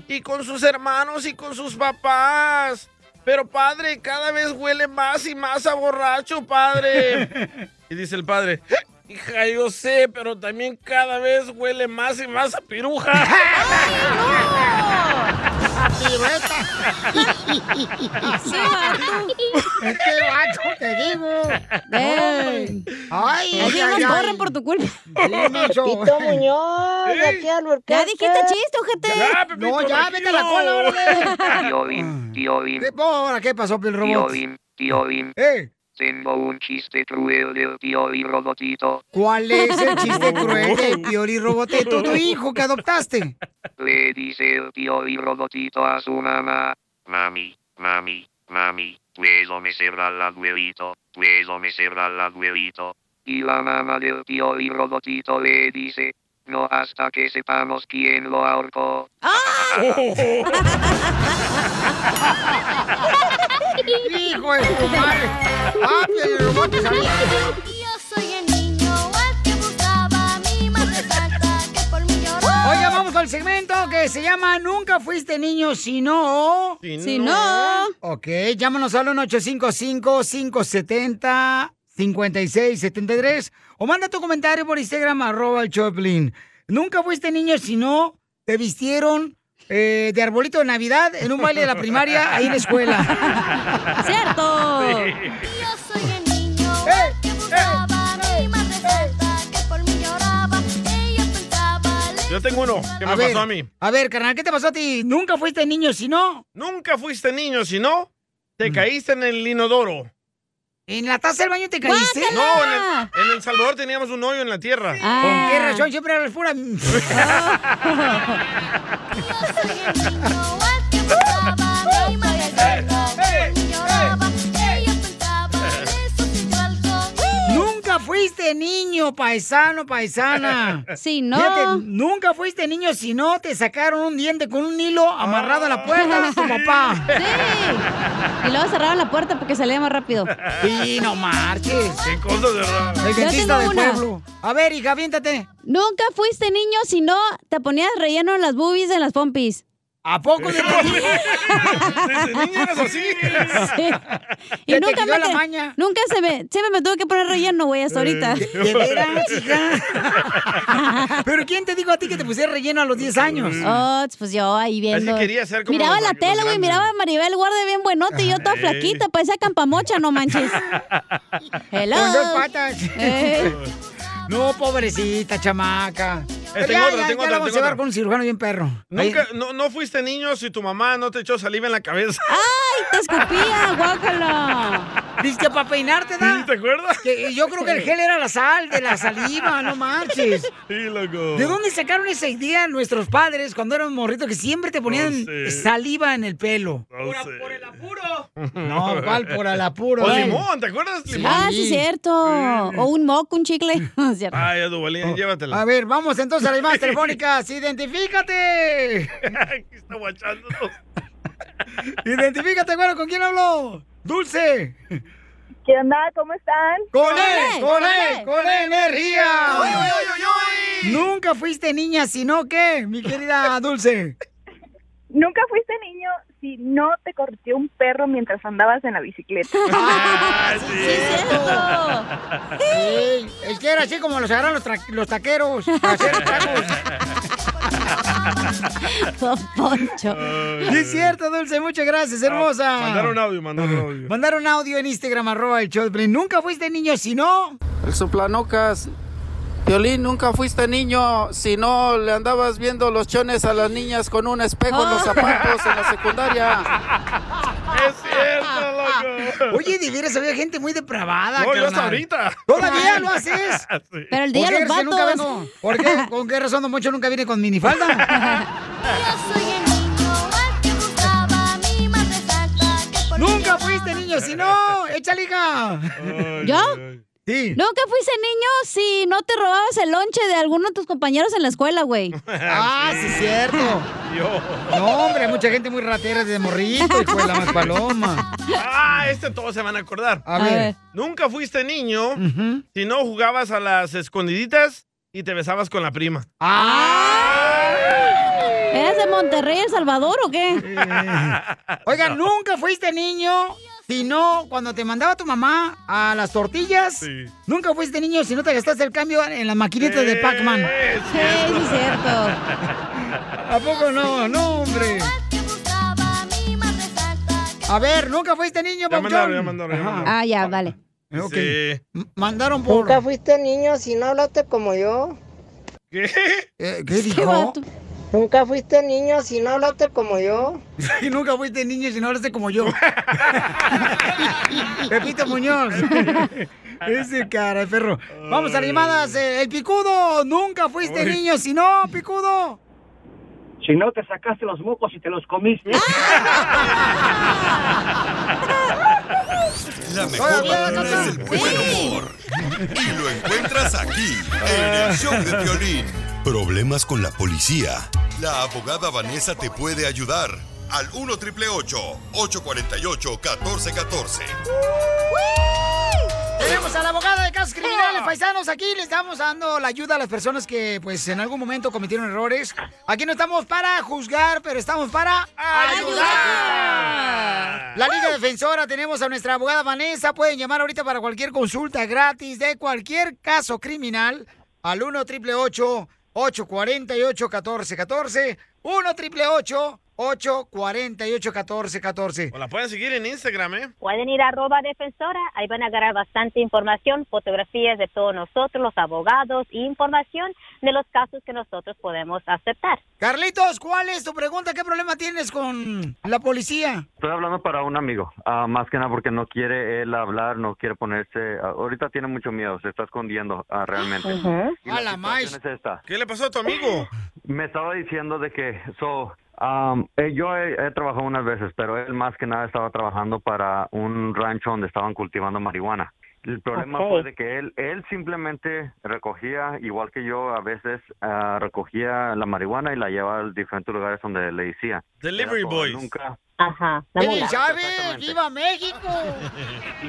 Speaker 3: Y con sus hermanos y con sus papás. Pero, padre, cada vez huele más y más a borracho, padre. y dice el padre, hija, yo sé, pero también cada vez huele más y más a piruja.
Speaker 2: Este vato, te digo.
Speaker 5: Ey.
Speaker 2: Ay,
Speaker 5: Así
Speaker 2: ay,
Speaker 5: nos
Speaker 2: ay.
Speaker 5: corren
Speaker 4: Por tu culpa.
Speaker 5: Pepito Muñoz, aquí al Burquerque.
Speaker 4: Ya dijiste chiste, ojete.
Speaker 5: Ya,
Speaker 2: No, ya, vete a la cola, órale.
Speaker 10: Tío Bim, tío Bim,
Speaker 2: ¿Qué- Ahora, ¿qué pasó, Pil
Speaker 10: tío
Speaker 2: Robot?
Speaker 10: Bim, tío Bim. Tengo un chiste cruel del tío Bim Robotito.
Speaker 2: ¿Cuál es el chiste cruel de Pioli Roboteto, tu hijo que adoptaste?
Speaker 10: Le dice el tío Bim Robotito a su mamá. Mami, mami, mami, puedo me cerrar el abuelito, puedo me cerrar el abuelito. Y la mamá del tío Bim Robotito le dice, no hasta que sepamos quién lo ahorcó.
Speaker 2: Hijo de tu madre. Ah, Pioli Robot, te saliste.
Speaker 8: Yo soy el niño al que buscaba mi madre santa que por mí lloró.
Speaker 2: Oiga, vamos al segmento que se llama Nunca fuiste niño, si no.
Speaker 8: Si Si no.
Speaker 2: Ok, llámanos al 1-855-570-5673 o manda tu comentario por Instagram, arroba el Choplin. Nunca fuiste niño, si no, te vistieron eh, de arbolito de Navidad en un baile de la primaria ahí en la escuela.
Speaker 4: ¡Cierto!
Speaker 8: Yo soy el niño al que buscaba mi madre santa que por mí lloraba. Ella pensaba
Speaker 3: Yo tengo uno que me
Speaker 2: ver,
Speaker 3: pasó a mí.
Speaker 2: A ver, carnal, ¿qué te pasó a ti? Nunca fuiste niño, si no. Mm.
Speaker 3: Nunca fuiste niño, si no, te caíste en el inodoro.
Speaker 2: ¿En la taza del baño te caíste?
Speaker 3: No, en el, en El Salvador teníamos un hoyo en la tierra.
Speaker 2: Ah. ¿Con
Speaker 4: Ah.
Speaker 2: qué razón siempre eres pura?
Speaker 8: lloraba mi madre santa que por mí lloraba. Ella pensaba eso sí yo
Speaker 2: Nunca fuiste niño, paisano, paisana.
Speaker 4: Si no.
Speaker 2: nunca fuiste niño si no te sacaron un diente con un hilo amarrado a la puerta de tu papá.
Speaker 4: Y luego cerraron la puerta porque salía más rápido.
Speaker 2: Sí, no marches.
Speaker 3: Qué cosas de raro.
Speaker 2: El
Speaker 4: Yo
Speaker 2: dentista
Speaker 4: tengo
Speaker 2: del
Speaker 4: una.
Speaker 2: pueblo. A ver, hija, aviéntate.
Speaker 4: Nunca fuiste niño si no te ponías relleno en las boobies en las pompis.
Speaker 2: ¿A poco de
Speaker 8: niña eres así.
Speaker 4: Y
Speaker 2: Se te
Speaker 4: nunca
Speaker 2: quitó
Speaker 4: me,
Speaker 2: la
Speaker 4: te-
Speaker 2: maña.
Speaker 4: nunca se me, siempre me tuve que poner relleno, güey, hasta ahorita.
Speaker 2: ¿De, de veras, hija? ¿Pero quién te dijo a ti que te pusieras relleno a los 10 años?
Speaker 4: Oh, pues yo ahí viendo.
Speaker 2: Mm. quería ser como
Speaker 4: miraba
Speaker 2: los-
Speaker 4: la
Speaker 2: los
Speaker 4: tele, güey,
Speaker 2: grandes.
Speaker 4: miraba a Maribel Guardia bien buenote y yo toda
Speaker 2: Ey.
Speaker 4: flaquita, parecía campamocha, no manches. Hello. Eh.
Speaker 2: Con dos patas.
Speaker 4: Ey.
Speaker 2: No, pobrecita chamaca. Eh. Pero
Speaker 3: tengo
Speaker 2: ya,
Speaker 3: otra,
Speaker 2: ya,
Speaker 3: Este tengo
Speaker 2: ya
Speaker 3: otra,
Speaker 2: la
Speaker 3: tengo
Speaker 2: vamos a llevar
Speaker 3: otra.
Speaker 2: con un cirujano bien perro.
Speaker 3: Nunca, no, no fuiste niño si tu mamá no te echó saliva en la cabeza.
Speaker 4: ¡Ay, te escupía, guácala!
Speaker 2: ¿Viste para peinarte, da?
Speaker 3: ¿Te acuerdas?
Speaker 2: Que, yo creo que el gel era la sal de la saliva, no manches.
Speaker 3: Sí, loco.
Speaker 2: ¿De dónde sacaron esa idea nuestros padres cuando éramos morritos que siempre te ponían
Speaker 3: sé.
Speaker 2: saliva en el pelo?
Speaker 3: por el
Speaker 8: apuro.
Speaker 2: No, ¿cuál por al apuro? eh.
Speaker 3: O
Speaker 2: Ay.
Speaker 3: Pues limón, ¿te acuerdas? Limón.
Speaker 4: Ah, sí, cierto. O un moco, un chicle. Es cierto.
Speaker 3: Ay, Adubalín, llévatela.
Speaker 2: Oh. A ver, vamos entonces a las más telefónicas. ¡Identifícate!
Speaker 3: Está guachando.
Speaker 2: ¡Identifícate, bueno, ¿con quién hablo? ¡Dulce!
Speaker 7: ¿Qué onda? ¿Cómo están?
Speaker 2: ¡Con
Speaker 8: E,
Speaker 2: él! ¡Con él! ¡Con E, energía!
Speaker 7: Uy, uy,
Speaker 2: Nunca fuiste niña, sino que, mi querida Dulce.
Speaker 7: Nunca fuiste niño si no te corrió un perro mientras andabas en la bicicleta.
Speaker 2: Sí, es que era así como los agarran los, tra- los taqueros. para hacer tacos.
Speaker 4: Poncho.
Speaker 2: Sí, es cierto, Dulce. Muchas gracias, hermosa.
Speaker 3: Ah, Mandaron audio, mandaron audio.
Speaker 2: Mandar un audio en Instagram, arroba el show de Piolín. Nunca fuiste niño, si no...
Speaker 11: El soplanocas. Violín, nunca fuiste niño, si no le andabas viendo los chones a las niñas con un espejo en los zapatos en la secundaria.
Speaker 2: Es cierto, loco. Oye, de veras, había gente muy depravada,
Speaker 11: No, yo
Speaker 2: carnal.
Speaker 11: hasta ahorita.
Speaker 2: ¿Todavía lo haces?
Speaker 11: Sí.
Speaker 4: Pero el día
Speaker 2: ¿Por
Speaker 4: de
Speaker 2: qué
Speaker 4: los
Speaker 2: eres que nunca
Speaker 4: vatos.
Speaker 2: vengo? ¿Por qué? ¿Con qué razón Don Poncho nunca viene con minifalda? ¡Nunca fuiste niño! ¡Si no! ¡Échale, hija!
Speaker 4: ¿Yo?
Speaker 2: Sí.
Speaker 4: Nunca fuiste niño si no te robabas el lonche de alguno de tus compañeros en la escuela, güey.
Speaker 2: ¡Ah, sí, es cierto! No, hombre, mucha gente muy ratera desde morrito, hijo de la más paloma.
Speaker 3: Ah, este todos se van a acordar.
Speaker 2: A ver.
Speaker 3: Nunca fuiste niño si no jugabas a las escondiditas y te besabas con la prima.
Speaker 2: Ah.
Speaker 4: ¿Eres de Monterrey, El Salvador o qué?
Speaker 2: Oiga, nunca fuiste niño si no, cuando te mandaba tu mamá a las tortillas, nunca fuiste niño si no te gastaste el cambio en las maquinitas de Pac-Man.
Speaker 8: Sí, sí, es cierto.
Speaker 2: ¿A poco no? No, hombre. A ver, nunca fuiste niño,
Speaker 3: Ya
Speaker 2: Pac
Speaker 3: mandaron, ya mandaron, ya mandaron.
Speaker 4: Ah, ya, vale.
Speaker 3: Sí.
Speaker 2: Mandaron por.
Speaker 5: Nunca fuiste niño si no hablaste como yo.
Speaker 3: ¿Qué?
Speaker 2: Eh, ¿Qué dijo?
Speaker 5: Nunca fuiste niño si no hablaste como yo.
Speaker 2: Y nunca fuiste niño si no hablaste como yo. Pepito Muñoz. Ese cara de perro. Vamos a las llamadas. eh, El picudo. Nunca fuiste niño si no, picudo.
Speaker 24: Si no, te sacaste los mocos y te los comiste.
Speaker 6: La mejor vacuna es el buen humor. Y lo encuentras aquí, en el show de violín. Problemas con la policía. La abogada Vanessa te puede ayudar. Al 1 triple 848 1414.
Speaker 2: Tenemos a la abogada de casos criminales, paisanos. Aquí le estamos dando la ayuda a las personas que, pues, en algún momento cometieron errores. Aquí no estamos para juzgar, pero estamos para ayudar. La Liga Defensora, tenemos a nuestra abogada Vanessa. Pueden llamar ahorita para cualquier consulta gratis de cualquier caso criminal al 1 888 848 1414 1 888 848 1414
Speaker 3: O la pueden seguir en Instagram, ¿eh?
Speaker 27: Pueden ir a arroba defensora, ahí van a agarrar bastante información, fotografías de todos nosotros, los abogados, e información de los casos que nosotros podemos aceptar.
Speaker 2: Carlitos, ¿cuál es tu pregunta? ¿Qué problema tienes con Mm, la policía?
Speaker 28: Estoy hablando para un amigo, ah, más que nada porque no quiere él hablar, no quiere ponerse, ah, ahorita tiene mucho miedo, se está escondiendo ah, realmente. Y la
Speaker 2: A la maíz.
Speaker 28: situación es esta.
Speaker 3: ¿Qué le pasó a tu amigo?
Speaker 28: Me estaba diciendo de que, so, um, eh, yo he, he trabajado unas veces, pero él más que nada estaba trabajando para un rancho donde estaban cultivando marihuana. El problema Ok. fue de que él, él simplemente recogía, igual que yo a veces, ah, recogía la marihuana y la llevaba a diferentes lugares donde le decía.
Speaker 3: Delivery
Speaker 28: Era todo,
Speaker 3: Boys.
Speaker 28: Nunca,
Speaker 27: Ajá.
Speaker 2: ¡Ey, Chávez! ¡Viva México!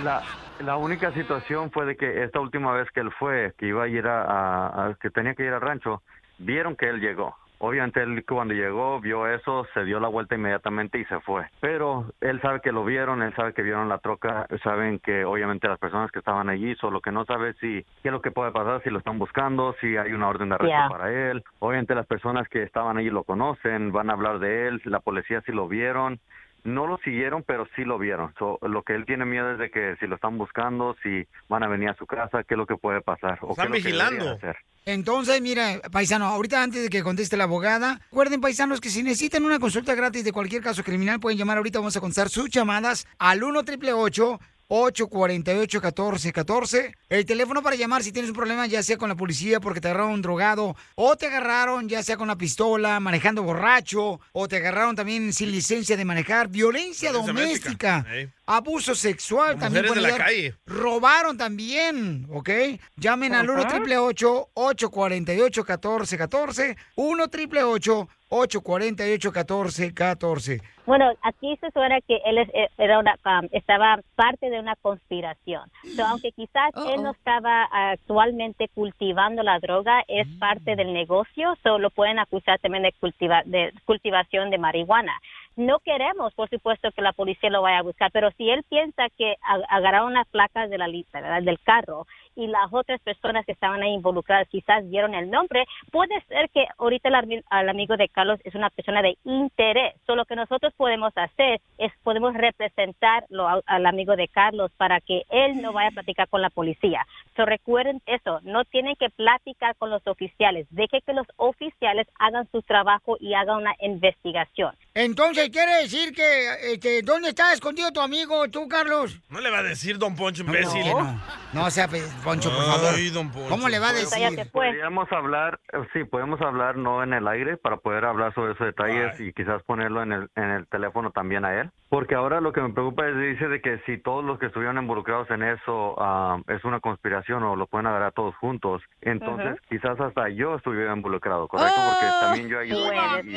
Speaker 28: La, la única situación fue de que esta última vez que él fue, que iba a ir a, a- a- que tenía que ir al rancho, vieron que él llegó. Obviamente él cuando llegó vio eso, se dio la vuelta inmediatamente y se fue. Pero él sabe que lo vieron, él sabe que vieron la troca, saben que obviamente las personas que estaban allí, solo que no sabe si qué es lo que puede pasar, si lo están buscando, si hay una orden de arresto
Speaker 27: Yeah.
Speaker 28: para él. Obviamente las personas que estaban allí lo conocen, van a hablar de él, la policía sí lo vieron. No lo siguieron, pero sí lo vieron. So, lo que él tiene miedo es de que si lo están buscando, si van a venir a su casa, qué es lo que puede pasar. O
Speaker 2: Están
Speaker 28: qué es lo que deberían
Speaker 2: vigilando.
Speaker 28: hacer.
Speaker 2: Entonces, mira, paisano, ahorita antes de que conteste la abogada, recuerden, paisanos, que si necesitan una consulta gratis de cualquier caso criminal, pueden llamar ahorita, vamos a contestar sus llamadas al 1 888 848 1414 El teléfono para llamar si tienes un problema, ya sea con la policía porque te agarraron drogado, o te agarraron ya sea con la pistola, manejando borracho, o te agarraron también sin licencia de manejar, violencia
Speaker 3: doméstica.
Speaker 2: doméstica,
Speaker 3: Ey.
Speaker 2: abuso sexual,
Speaker 3: O
Speaker 2: también
Speaker 3: mujeres de
Speaker 2: puede
Speaker 3: la
Speaker 2: llegar.
Speaker 3: calle.
Speaker 2: Robaron también, ¿ok? Llamen al
Speaker 3: Ajá.
Speaker 2: 1 triple 848 1414 1 triple 848 1414
Speaker 27: Bueno, aquí se suena que él es- eh, era una, um, estaba parte de una conspiración. So, aunque quizás él no estaba actualmente cultivando la droga, es parte del negocio, so lo pueden acusar también de, cultiva- de cultivación de marihuana. No queremos, por supuesto, que la policía lo vaya a buscar, pero si él piensa que a- agarraron las placas de la lista, ¿verdad? del carro, y las otras personas que estaban ahí involucradas quizás vieron el nombre, puede ser que ahorita el, ami- al amigo de Carlos es una persona de interés. So, lo que nosotros podemos hacer es podemos representarlo a- al amigo de Carlos para que él no vaya a platicar con la policía. So, recuerden eso, no tienen que platicar con los oficiales. Deje que los oficiales hagan su trabajo y hagan una investigación.
Speaker 2: Entonces, ¿quiere decir que este, dónde está escondido tu amigo, tú, Carlos?
Speaker 3: No le va a decir Don Poncho, imbécil.
Speaker 2: no. No, o sea, Poncho, por favor.
Speaker 3: Ay, Ah, Don Poncho.
Speaker 2: ¿Cómo le va a decir?
Speaker 28: Podríamos hablar, eh, sí, podemos hablar no en el aire para poder hablar sobre esos detalles y quizás ponerlo en el, en el teléfono también a él. Porque ahora lo que me preocupa es, dice de que si todos los que estuvieron involucrados en eso ah, es una conspiración o lo pueden agarrar todos juntos, entonces
Speaker 27: Ujú. Oh,
Speaker 28: quizás hasta yo estuviera involucrado, ¿correcto? Porque también yo ayudé.
Speaker 27: Puede
Speaker 28: y-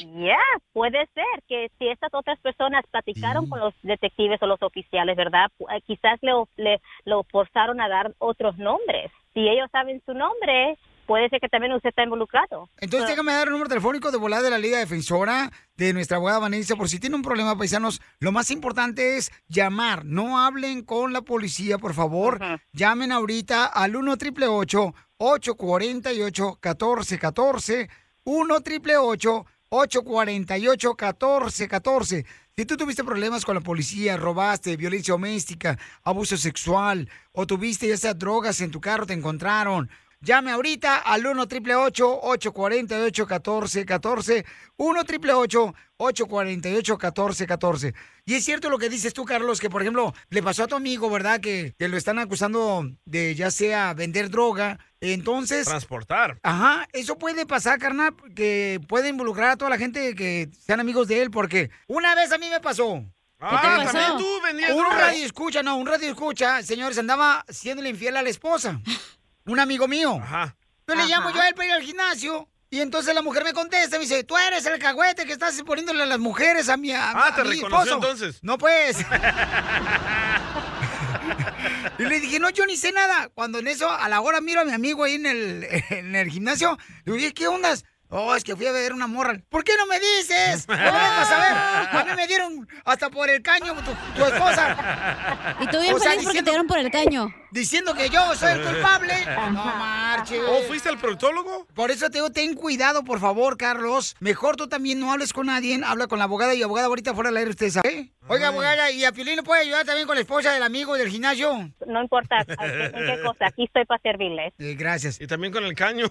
Speaker 27: ser. Yeah, puede ser que si estas otras personas
Speaker 28: Mm.
Speaker 27: platicaron con los detectives o los oficiales, ¿verdad? Pu- eh, Quizás le, of- le- lo forzaron a dar otros nombres. Si ellos saben su nombre, puede ser que también usted está involucrado.
Speaker 2: Entonces déjame dar el número telefónico de volada de la Liga Defensora de nuestra abogada Vanessa por si tiene un problema, paisanos. Lo más importante es llamar. No hablen con la policía, por favor. Llamen ahorita al 1 triple 848 1414 1 triple 848 1414 Si tú tuviste problemas con la policía, robaste, violencia doméstica, abuso sexual, o tuviste ya sea drogas en tu carro, te encontraron, Llame ahorita al 1 888 848 1414 1 888 848 1414 Y es cierto lo que dices tú, Carlos, que por ejemplo le pasó a tu amigo, ¿verdad? Que, que lo están acusando de ya sea vender droga. Entonces.
Speaker 3: Transportar.
Speaker 2: Ajá, eso puede pasar, carnal, que puede involucrar a toda la gente que sean amigos de él, porque una vez a mí me pasó.
Speaker 3: Ah,
Speaker 2: ¿Qué te
Speaker 3: ¿también
Speaker 2: pasó?
Speaker 3: tú vendías
Speaker 2: Un
Speaker 3: drogas?
Speaker 2: radio escucha, no, un radio escucha, señores, andaba siéndole infiel a la esposa. Un amigo mío.
Speaker 3: Ajá.
Speaker 2: Yo le llamo
Speaker 8: Ajá.
Speaker 2: yo a él para ir al gimnasio. Y entonces la mujer me contesta, me dice, tú eres el cagüete que estás poniéndole a las mujeres a mi a,
Speaker 3: Ah,
Speaker 2: a
Speaker 3: te
Speaker 2: mi
Speaker 3: reconoció
Speaker 2: esposo".
Speaker 3: entonces.
Speaker 2: No pues. y le dije, no, yo ni sé nada. Cuando en eso, a la hora miro a mi amigo ahí en el, en el gimnasio, le digo, "Oye, ¿qué ondas? Oh, es que fui a ver una morra. ¿Por qué no me dices? ¿Cómo vas a ver? A mí me dieron hasta por el caño tu, tu esposa.
Speaker 4: Y tú bien
Speaker 2: O sea,
Speaker 4: feliz porque te dieron por el caño.
Speaker 2: Diciendo que yo soy el culpable. No marches.
Speaker 4: ¿O
Speaker 3: fuiste al proctólogo?
Speaker 2: Por eso te digo, ten cuidado, por favor, Carlos. Mejor tú también no hables con nadie. Habla con la abogada y abogada ahorita fuera del aire, usted sabe. Oiga, abogada, ¿y a Piolín le puede ayudar también con la esposa del amigo del gimnasio?
Speaker 27: No importa en qué- en qué cosa, aquí estoy para servirles.
Speaker 2: gracias.
Speaker 3: Y también con el caño.